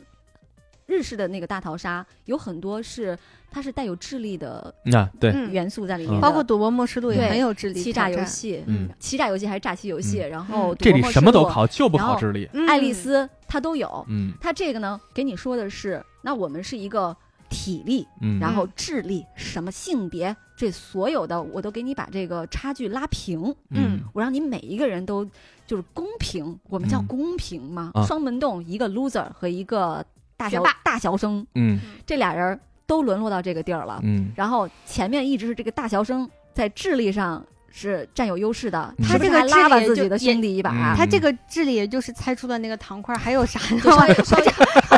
Speaker 3: 日式的那个大逃杀，有很多是它是带有智力的
Speaker 2: 那对，
Speaker 1: 嗯，
Speaker 3: 元素在里面
Speaker 2: 嗯
Speaker 3: 的，
Speaker 1: 包括赌博默示录也
Speaker 3: 对
Speaker 1: 很有智力
Speaker 3: 欺
Speaker 1: 挑
Speaker 3: 诈游
Speaker 1: 战，
Speaker 3: 戏，
Speaker 2: 嗯，
Speaker 3: 欺诈游戏还是诈欺游戏，
Speaker 2: 嗯
Speaker 3: 然后
Speaker 2: 这
Speaker 3: 赌
Speaker 2: 里
Speaker 3: 博
Speaker 2: 什么都
Speaker 3: 默示录，
Speaker 2: 考，就不
Speaker 3: 然
Speaker 2: 考
Speaker 3: 后
Speaker 2: 智力。
Speaker 1: 嗯
Speaker 3: 爱丽，丝它都有。
Speaker 2: 嗯
Speaker 3: 它这个呢，给你说的是，那我们是一个体力，
Speaker 2: 嗯，
Speaker 3: 然后智力，什么性别，这所有的我都给你把这个差距拉平，
Speaker 2: 嗯
Speaker 3: 我让你每一个人都就是公平，我们叫
Speaker 2: 嗯
Speaker 3: 公平吗？
Speaker 2: 啊
Speaker 3: 双门洞一个 loser 和一个大
Speaker 1: 学
Speaker 3: 小
Speaker 1: 霸
Speaker 3: 大小生，
Speaker 2: 嗯
Speaker 3: 这俩人都沦落到这个地儿了。
Speaker 2: 嗯，
Speaker 3: 然后前面一直是这个大学生在智力上是占有优势的，
Speaker 2: 嗯
Speaker 3: 是不是还拉了自己的兄弟一
Speaker 2: 嗯
Speaker 3: 把，
Speaker 1: 他这个智力也就是猜出了那个糖块儿还有啥呢？
Speaker 3: 就稍微稍微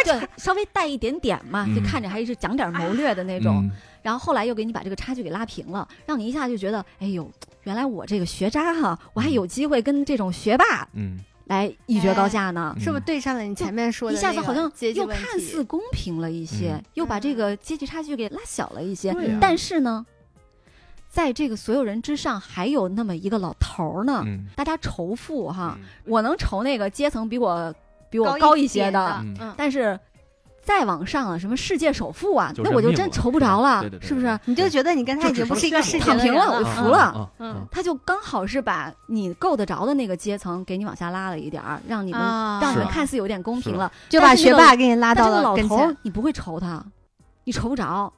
Speaker 3: 对稍微带一点点嘛，
Speaker 2: 嗯
Speaker 3: 就看着还是讲点谋略的那种。
Speaker 2: 嗯，
Speaker 3: 然后后来又给你把这个差距给拉平了，让你一下就觉得，哎呦，原来我这个学渣哈，我还有机会跟这种学霸
Speaker 2: 嗯，
Speaker 3: 来一决高下呢。
Speaker 1: 是不是对上了你前面说的
Speaker 3: 一
Speaker 1: 那个
Speaker 3: 下子好像
Speaker 1: 阶级
Speaker 3: 又
Speaker 1: 问
Speaker 3: 看
Speaker 1: 题
Speaker 3: 似公平了一些，
Speaker 2: 嗯
Speaker 3: 又把这个阶级差距给拉小了一些。
Speaker 2: 对呀
Speaker 3: 但是呢，在这个所有人之上，还有那么一个老头儿呢，
Speaker 2: 嗯
Speaker 3: 大家仇富哈。
Speaker 2: 嗯
Speaker 3: 我能仇那个阶层比我比我
Speaker 1: 高
Speaker 3: 高一些
Speaker 1: 点
Speaker 3: 的，
Speaker 2: 嗯
Speaker 1: 嗯，
Speaker 3: 但是再往上啊，什么世界首富啊，
Speaker 2: 就
Speaker 3: 那我
Speaker 2: 认
Speaker 3: 就
Speaker 2: 命
Speaker 3: 真
Speaker 2: 了
Speaker 3: 仇不着了，
Speaker 2: 对对对
Speaker 3: 是不是？
Speaker 1: 你就觉得你跟他
Speaker 2: 就
Speaker 1: 已
Speaker 2: 只
Speaker 1: 经不
Speaker 2: 剩
Speaker 1: 是一个
Speaker 2: 羡慕
Speaker 1: 世界
Speaker 3: 躺
Speaker 1: 的
Speaker 3: 平
Speaker 1: 人
Speaker 3: 了我
Speaker 2: 啊
Speaker 1: 嗯
Speaker 3: 服了
Speaker 1: 嗯
Speaker 3: 他就刚好是把你够得着的那个阶层给你往下拉了一点儿，让你们、
Speaker 1: 啊
Speaker 3: 让你们
Speaker 2: 是
Speaker 3: 看似有点公平
Speaker 2: 是啊
Speaker 3: 了，
Speaker 1: 就把
Speaker 3: 但是那
Speaker 1: 学
Speaker 3: 个
Speaker 1: 霸给你拉
Speaker 3: 但
Speaker 1: 到
Speaker 3: 这个
Speaker 1: 了
Speaker 3: 老
Speaker 1: 跟
Speaker 3: 头儿
Speaker 1: 前
Speaker 3: 你不会愁他，你愁不着，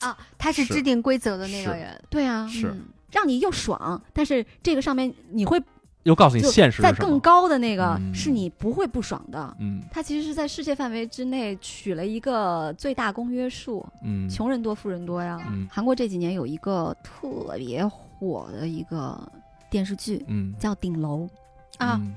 Speaker 1: 啊，他是
Speaker 2: 是
Speaker 1: 制定规则的那个
Speaker 2: 是
Speaker 1: 人，
Speaker 3: 对啊，
Speaker 2: 是
Speaker 1: 嗯
Speaker 3: 让你又爽，但是这个上面你会
Speaker 2: 又告诉你
Speaker 3: 就
Speaker 2: 现实
Speaker 3: 在
Speaker 2: 是什
Speaker 3: 更
Speaker 2: 么？
Speaker 3: 高的那个
Speaker 2: 嗯
Speaker 3: 是你不会不爽的。
Speaker 2: 嗯
Speaker 3: 它其实是在世界范围之内取了一个最大公约数，
Speaker 2: 嗯，
Speaker 3: 穷人多，富人多呀。
Speaker 2: 嗯
Speaker 3: 韩国这几年有一个特别火的一个电视剧
Speaker 2: 嗯
Speaker 3: 叫《顶楼》，
Speaker 1: 啊，
Speaker 2: 嗯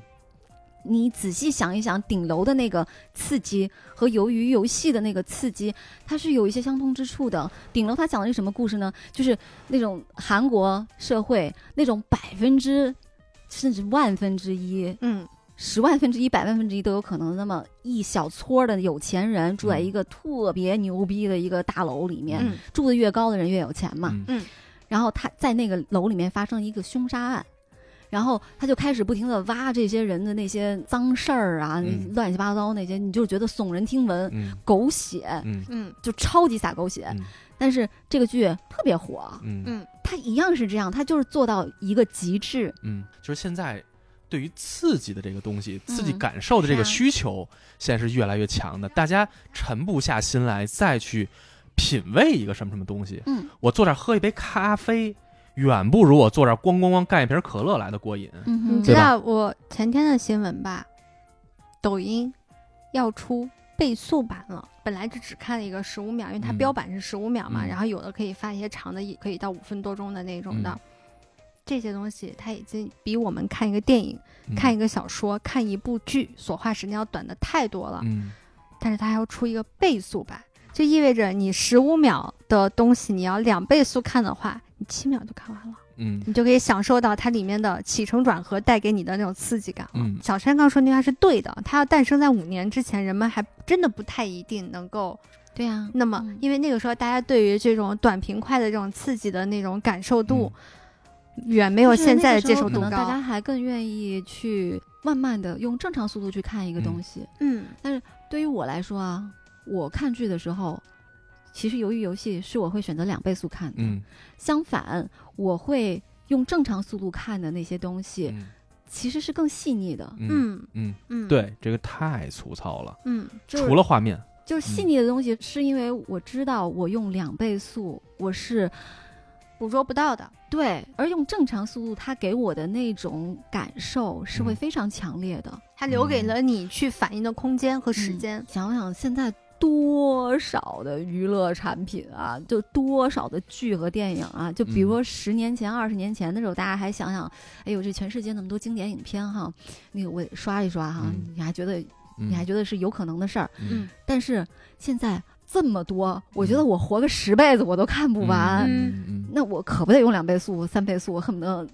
Speaker 3: 你仔细想一想，顶楼的那个刺激和鱿鱼游戏的那个刺激，它是有一些相通之处的。顶楼它讲的是什么故事呢？就是那种韩国社会那种百分之甚至万分之一、
Speaker 1: 嗯
Speaker 3: 十万分之一、百万分之一都有可能，那么一小撮儿的有钱人住在一个特别牛逼的一个大楼里面，
Speaker 1: 嗯
Speaker 3: 住的越高的人越有钱嘛。
Speaker 2: 嗯
Speaker 3: 然后他在那个楼里面发生一个凶杀案，然后他就开始不停的挖这些人的那些脏事儿啊，
Speaker 2: 嗯
Speaker 3: 乱七八糟那些，你就觉得耸人听闻，
Speaker 2: 嗯
Speaker 3: 狗血，
Speaker 2: 嗯
Speaker 1: 嗯
Speaker 3: 就超级洒狗血。
Speaker 2: 嗯
Speaker 3: 但是这个剧特别火，
Speaker 2: 嗯
Speaker 1: 嗯，
Speaker 3: 它一样是这样，它就是做到一个极致。
Speaker 2: 嗯，就是现在对于刺激的这个东西，刺激
Speaker 3: 嗯
Speaker 2: 感受的这个
Speaker 3: 是啊
Speaker 2: 需求，现在是越来越强的。大家沉不下心来再去品味一个什么什么东西，
Speaker 3: 嗯
Speaker 2: 我坐这儿喝一杯咖啡，远不如我坐这儿咣咣咣干一瓶可乐来的过瘾。
Speaker 3: 嗯
Speaker 1: 你
Speaker 3: 哼，
Speaker 1: 知
Speaker 2: 对吧
Speaker 1: 道我前天的新闻吧？抖音要出倍速版了，本来就只看了一个十五秒，因为它
Speaker 2: 嗯
Speaker 1: 标版是十五秒嘛，
Speaker 2: 嗯
Speaker 1: 然后有的可以发一些长的，也可以到五分多钟的那种的。
Speaker 2: 嗯
Speaker 1: 这些东西，它已经比我们看一个电影、
Speaker 2: 嗯
Speaker 1: 看一个小说、看一部剧所花时间要短的太多了。
Speaker 2: 嗯
Speaker 1: 但是它还要出一个倍速版，就意味着你十五秒的东西，你要两倍速看的话，你七秒就看完了。
Speaker 2: 嗯
Speaker 1: 你就可以享受到它里面的起承转合带给你的那种刺激感了。
Speaker 2: 嗯
Speaker 1: 小山刚说那句话是对的，它要诞生在五年之前，人们还真的不太一定能够
Speaker 3: 对啊，
Speaker 1: 那么，
Speaker 3: 嗯
Speaker 1: 因为那个时候大家对于这种短平快的这种刺激的那种感受度，
Speaker 2: 嗯
Speaker 1: 远没有
Speaker 3: 就是
Speaker 1: 现在的
Speaker 3: 那个
Speaker 1: 接
Speaker 3: 时候
Speaker 1: 受度
Speaker 3: 可能大
Speaker 1: 高
Speaker 3: 家。还更愿意去慢慢的用正常速度去看一个东西。
Speaker 1: 嗯
Speaker 3: 对于我来说啊，我看剧的时候，其实《鱿鱼游戏》是我会选择两倍速看的。
Speaker 2: 嗯
Speaker 3: 相反，我会用正常速度看的那些东西，
Speaker 2: 嗯
Speaker 3: 其实是更细腻的。
Speaker 2: 嗯
Speaker 1: 嗯
Speaker 2: 嗯，
Speaker 1: 嗯，，
Speaker 2: 对，这个太粗糙了，
Speaker 1: 嗯，
Speaker 3: 就是
Speaker 2: 除了画面，
Speaker 3: 就
Speaker 2: 嗯
Speaker 3: 是细腻的东西，是因为我知道我用两倍速，我是
Speaker 1: 捕捉不到的，
Speaker 3: 对，而用正常速度，它给我的那种感受是会
Speaker 2: 嗯
Speaker 3: 非常强烈的。
Speaker 1: 它留给了你去反应的空间和
Speaker 2: 嗯
Speaker 1: 时间。
Speaker 3: 想想现在多少的娱乐产品啊，就多少的剧和电影啊，就
Speaker 2: 嗯
Speaker 3: 比如说十年前、二十、年前的时候，大家还想想，哎呦，这全世界那么多经典影片哈，那个我得刷一刷哈，
Speaker 2: 嗯
Speaker 3: 你还觉得
Speaker 2: 嗯
Speaker 3: 你还觉得是有可能的事儿，
Speaker 1: 嗯
Speaker 3: 但是现在这么多，我觉得我活个十辈子我都看不完，
Speaker 2: 嗯嗯
Speaker 3: 那我可不得用两倍速、三倍速，恨不得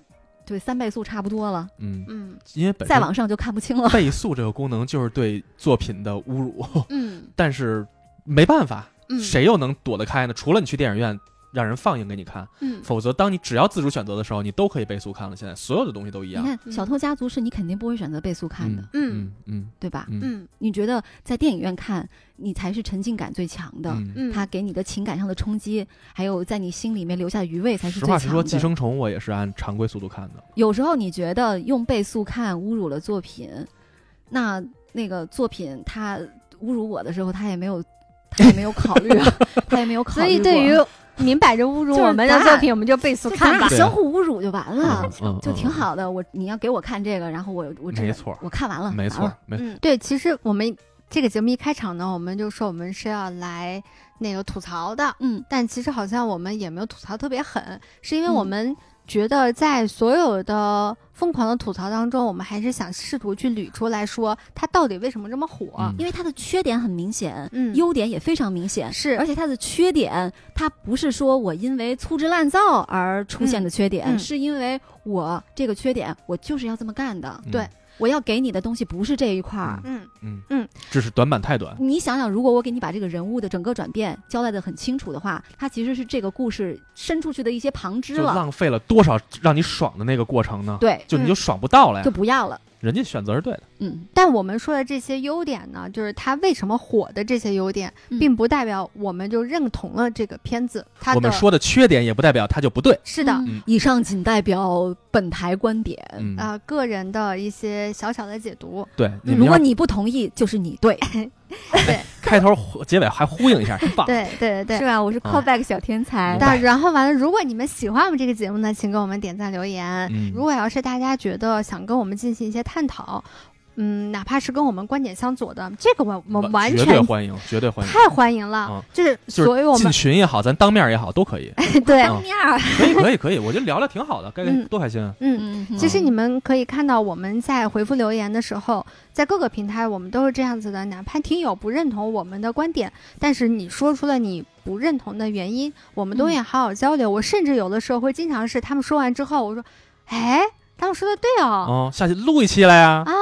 Speaker 3: 对三倍速差不多了，
Speaker 2: 嗯，嗯
Speaker 1: 嗯
Speaker 2: 因为本
Speaker 3: 再
Speaker 2: 身
Speaker 3: 往上就看不清了。
Speaker 2: 倍速这个功能就是对作品的侮辱，
Speaker 1: 嗯
Speaker 2: 但是没办法，
Speaker 1: 嗯，
Speaker 2: 谁又能躲得开呢？除了你去电影院让人放映给你看，
Speaker 1: 嗯
Speaker 2: 否则当你只要自主选择的时候，你都可以倍速看了。现在所有的东西都一
Speaker 3: 你
Speaker 2: 样。
Speaker 3: 看
Speaker 1: 嗯
Speaker 3: 《小偷家族》是你肯定不会选择倍速看的，
Speaker 2: 哎嗯嗯
Speaker 3: 对吧？
Speaker 2: 嗯
Speaker 1: 嗯
Speaker 3: 你觉得在电影院看，你才是沉浸感最强的，
Speaker 2: 嗯
Speaker 1: 嗯，
Speaker 3: 它给你的情感上的冲击，还有在你心里面留下的余味才
Speaker 2: 实
Speaker 3: 是最强
Speaker 2: 话
Speaker 3: 的。
Speaker 2: 实说，《寄生虫》我也是按常规速度看的。
Speaker 3: 有时候你觉得用倍速看侮辱了作品，那那个作品它侮辱我的时候，它也没有，它也没有考 虑，啊它也没有考虑过。
Speaker 1: 所以对于明摆着侮辱
Speaker 3: 就是
Speaker 1: 我们的
Speaker 3: 咱
Speaker 1: 作品，我们就倍速
Speaker 3: 就
Speaker 1: 看
Speaker 3: 咱
Speaker 1: 吧
Speaker 3: 俩。
Speaker 2: 对
Speaker 3: 相互侮辱就完了，
Speaker 2: 嗯，
Speaker 3: 就挺。好的。我你要给我看这个，然后我我这
Speaker 2: 没错
Speaker 3: 我看完了，
Speaker 2: 没
Speaker 3: 完
Speaker 2: 错
Speaker 3: 了，
Speaker 2: 没
Speaker 1: 嗯，对，其实我们这个节目一开场呢，我们就说我们是要来那个吐槽的，
Speaker 3: 嗯，
Speaker 1: 但其实好像我们也没有吐槽特别狠，是因为我
Speaker 3: 嗯
Speaker 1: 们觉得在所有的疯狂的吐槽当中，我们还是想试图去捋出来说它到底为什么这么火。
Speaker 2: 嗯
Speaker 3: 因为它的缺点很明显，
Speaker 1: 嗯
Speaker 3: 优点也非常明显。
Speaker 1: 是
Speaker 3: 而且它的缺点，它不是说我因为粗制滥造而出现的缺点，
Speaker 1: 嗯嗯
Speaker 3: 是因为我这个缺点，我就是要这么干的。
Speaker 2: 嗯
Speaker 1: 对，
Speaker 3: 我要给你的东西不是这一块儿。
Speaker 1: 嗯
Speaker 2: 嗯
Speaker 1: 嗯，
Speaker 2: 只是短板太短。
Speaker 3: 你想想，如果我给你把这个人物的整个转变交代的很清楚的话，它其实是这个故事伸出去的一些旁枝
Speaker 2: 就
Speaker 3: 了。
Speaker 2: 浪费了多少让你爽的那个过程呢？
Speaker 3: 对，
Speaker 2: 就你就爽不到了
Speaker 3: 就
Speaker 2: 呀。
Speaker 3: 不要了。
Speaker 2: 人家选择是对的，
Speaker 3: 嗯，
Speaker 1: 但我们说的这些优点呢，就是它为什么火的这些优点，
Speaker 3: 嗯
Speaker 1: 并不代表我们就认同了这个片子。它
Speaker 2: 我
Speaker 1: 的
Speaker 2: 们说的缺点也不代表它就不对。
Speaker 1: 是的，
Speaker 2: 嗯
Speaker 3: 以上仅代表本台观点。
Speaker 2: 嗯，
Speaker 1: 呃，个人的一些小小的解读。
Speaker 2: 对，你们
Speaker 3: 如果
Speaker 2: 要
Speaker 3: 你不同意，就是你对，
Speaker 2: 开头呼结尾还呼应一下，真棒。
Speaker 1: 对对对对
Speaker 3: 是。吧？我是 callback 小天才
Speaker 2: 明啊白
Speaker 1: 但然后完了，如果你们喜欢我们这个节目呢，请给我们点赞留言。
Speaker 2: 嗯
Speaker 1: 如果要是大家觉得想跟我们进行一些探讨，嗯，哪怕是跟我们观点相左的，这个我我们完
Speaker 2: 呃绝对
Speaker 1: 全
Speaker 2: 欢迎，绝对欢迎。
Speaker 1: 太欢迎了。
Speaker 2: 嗯
Speaker 1: 就是
Speaker 2: 就是
Speaker 1: 所以我
Speaker 2: 进
Speaker 1: 们
Speaker 2: 群也好，咱当面也好，都可以，
Speaker 1: 对，
Speaker 2: 嗯
Speaker 3: 面儿。
Speaker 2: 可以，可以，可以。我觉得聊聊挺好的，该
Speaker 1: 嗯
Speaker 2: 多开心啊！
Speaker 1: 嗯。
Speaker 3: 嗯，
Speaker 1: 其实你们可以看到，我们在回复留言的时候，在各个平台我们都是这样子的。哪怕听友不认同我们的观点，但是你说出了你不认同的原因，我们都
Speaker 3: 嗯
Speaker 1: 也好好交流。我甚至有的时候会经常是他们说完之后，我说：“哎，他们说的对哦。
Speaker 2: 哦，下去录一期来呀。
Speaker 1: 啊，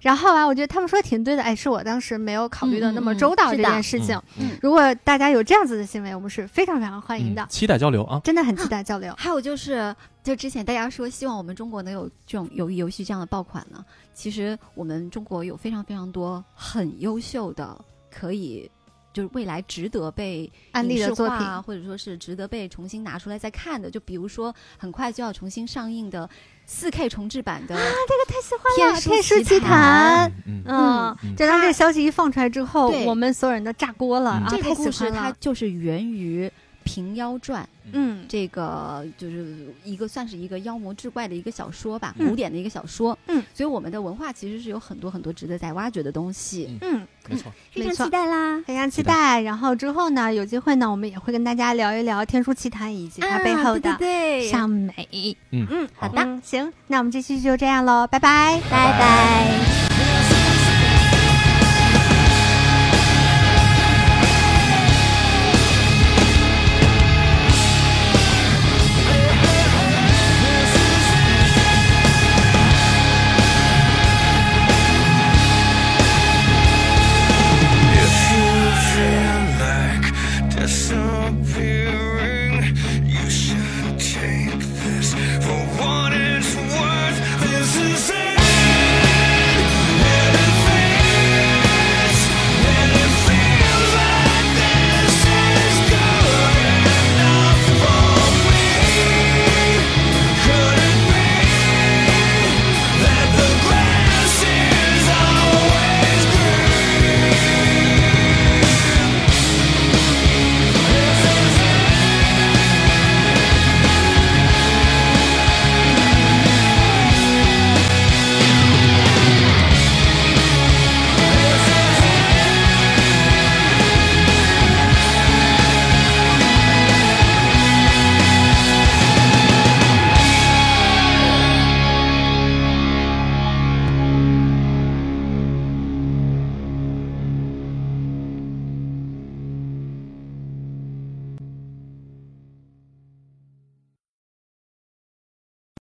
Speaker 1: 然后啊，我觉得他们说的挺对的，哎，是我当时没有考虑的那么
Speaker 3: 嗯嗯嗯
Speaker 1: 周到
Speaker 3: 是
Speaker 1: 这
Speaker 3: 的
Speaker 1: 件事情。
Speaker 2: 嗯，嗯
Speaker 1: 如果大家有这样子的行为，我们是非常非常欢迎的，
Speaker 2: 嗯期待交流啊。
Speaker 1: 真的很期待交流。
Speaker 3: 还有就是，就之前大家说希望我们中国能有这种游游戏这样的爆款呢，其实我们中国有非常非常多很优秀的，可以就是未来值得被
Speaker 1: 安利的
Speaker 3: 影视
Speaker 1: 作
Speaker 3: 化
Speaker 1: 品，
Speaker 3: 或者说是值得被重新拿出来再看的，就比如说很快就要重新上映的四 K 重制版的《
Speaker 1: 啊太喜欢
Speaker 3: 天
Speaker 1: 了，《
Speaker 3: 书
Speaker 1: 天书
Speaker 3: 奇
Speaker 1: 奇
Speaker 3: 谭
Speaker 1: 谭》。
Speaker 2: 嗯嗯
Speaker 1: 嗯
Speaker 2: 嗯，
Speaker 1: 这当这个消息一放出来之后，
Speaker 3: 对
Speaker 1: 我们所有人都炸锅了
Speaker 2: 嗯
Speaker 1: 啊！
Speaker 3: 这
Speaker 1: 太
Speaker 3: 个
Speaker 1: 喜
Speaker 3: 故事
Speaker 1: 欢
Speaker 3: 它
Speaker 1: 了，
Speaker 3: 就是源于《平妖传》。
Speaker 1: 嗯
Speaker 3: 这个就是一个算是一个妖魔志怪的一个小说吧，
Speaker 2: 嗯
Speaker 3: 古典的一个小说。
Speaker 1: 嗯，
Speaker 3: 所以我们的文化其实是有很多很多值得在挖掘的东西，
Speaker 1: 嗯，
Speaker 2: 没错。
Speaker 1: 没错
Speaker 3: 待啦。
Speaker 1: 非常期
Speaker 2: 期待
Speaker 1: 待。然后之后呢，有机会呢，我们也会跟大家聊一聊《天书奇谭》以及它背后的
Speaker 3: 对
Speaker 1: 向美。
Speaker 2: 嗯
Speaker 1: 嗯，好
Speaker 2: 好
Speaker 1: 的，行，那我们这期就这样喽，拜拜，
Speaker 2: 拜拜。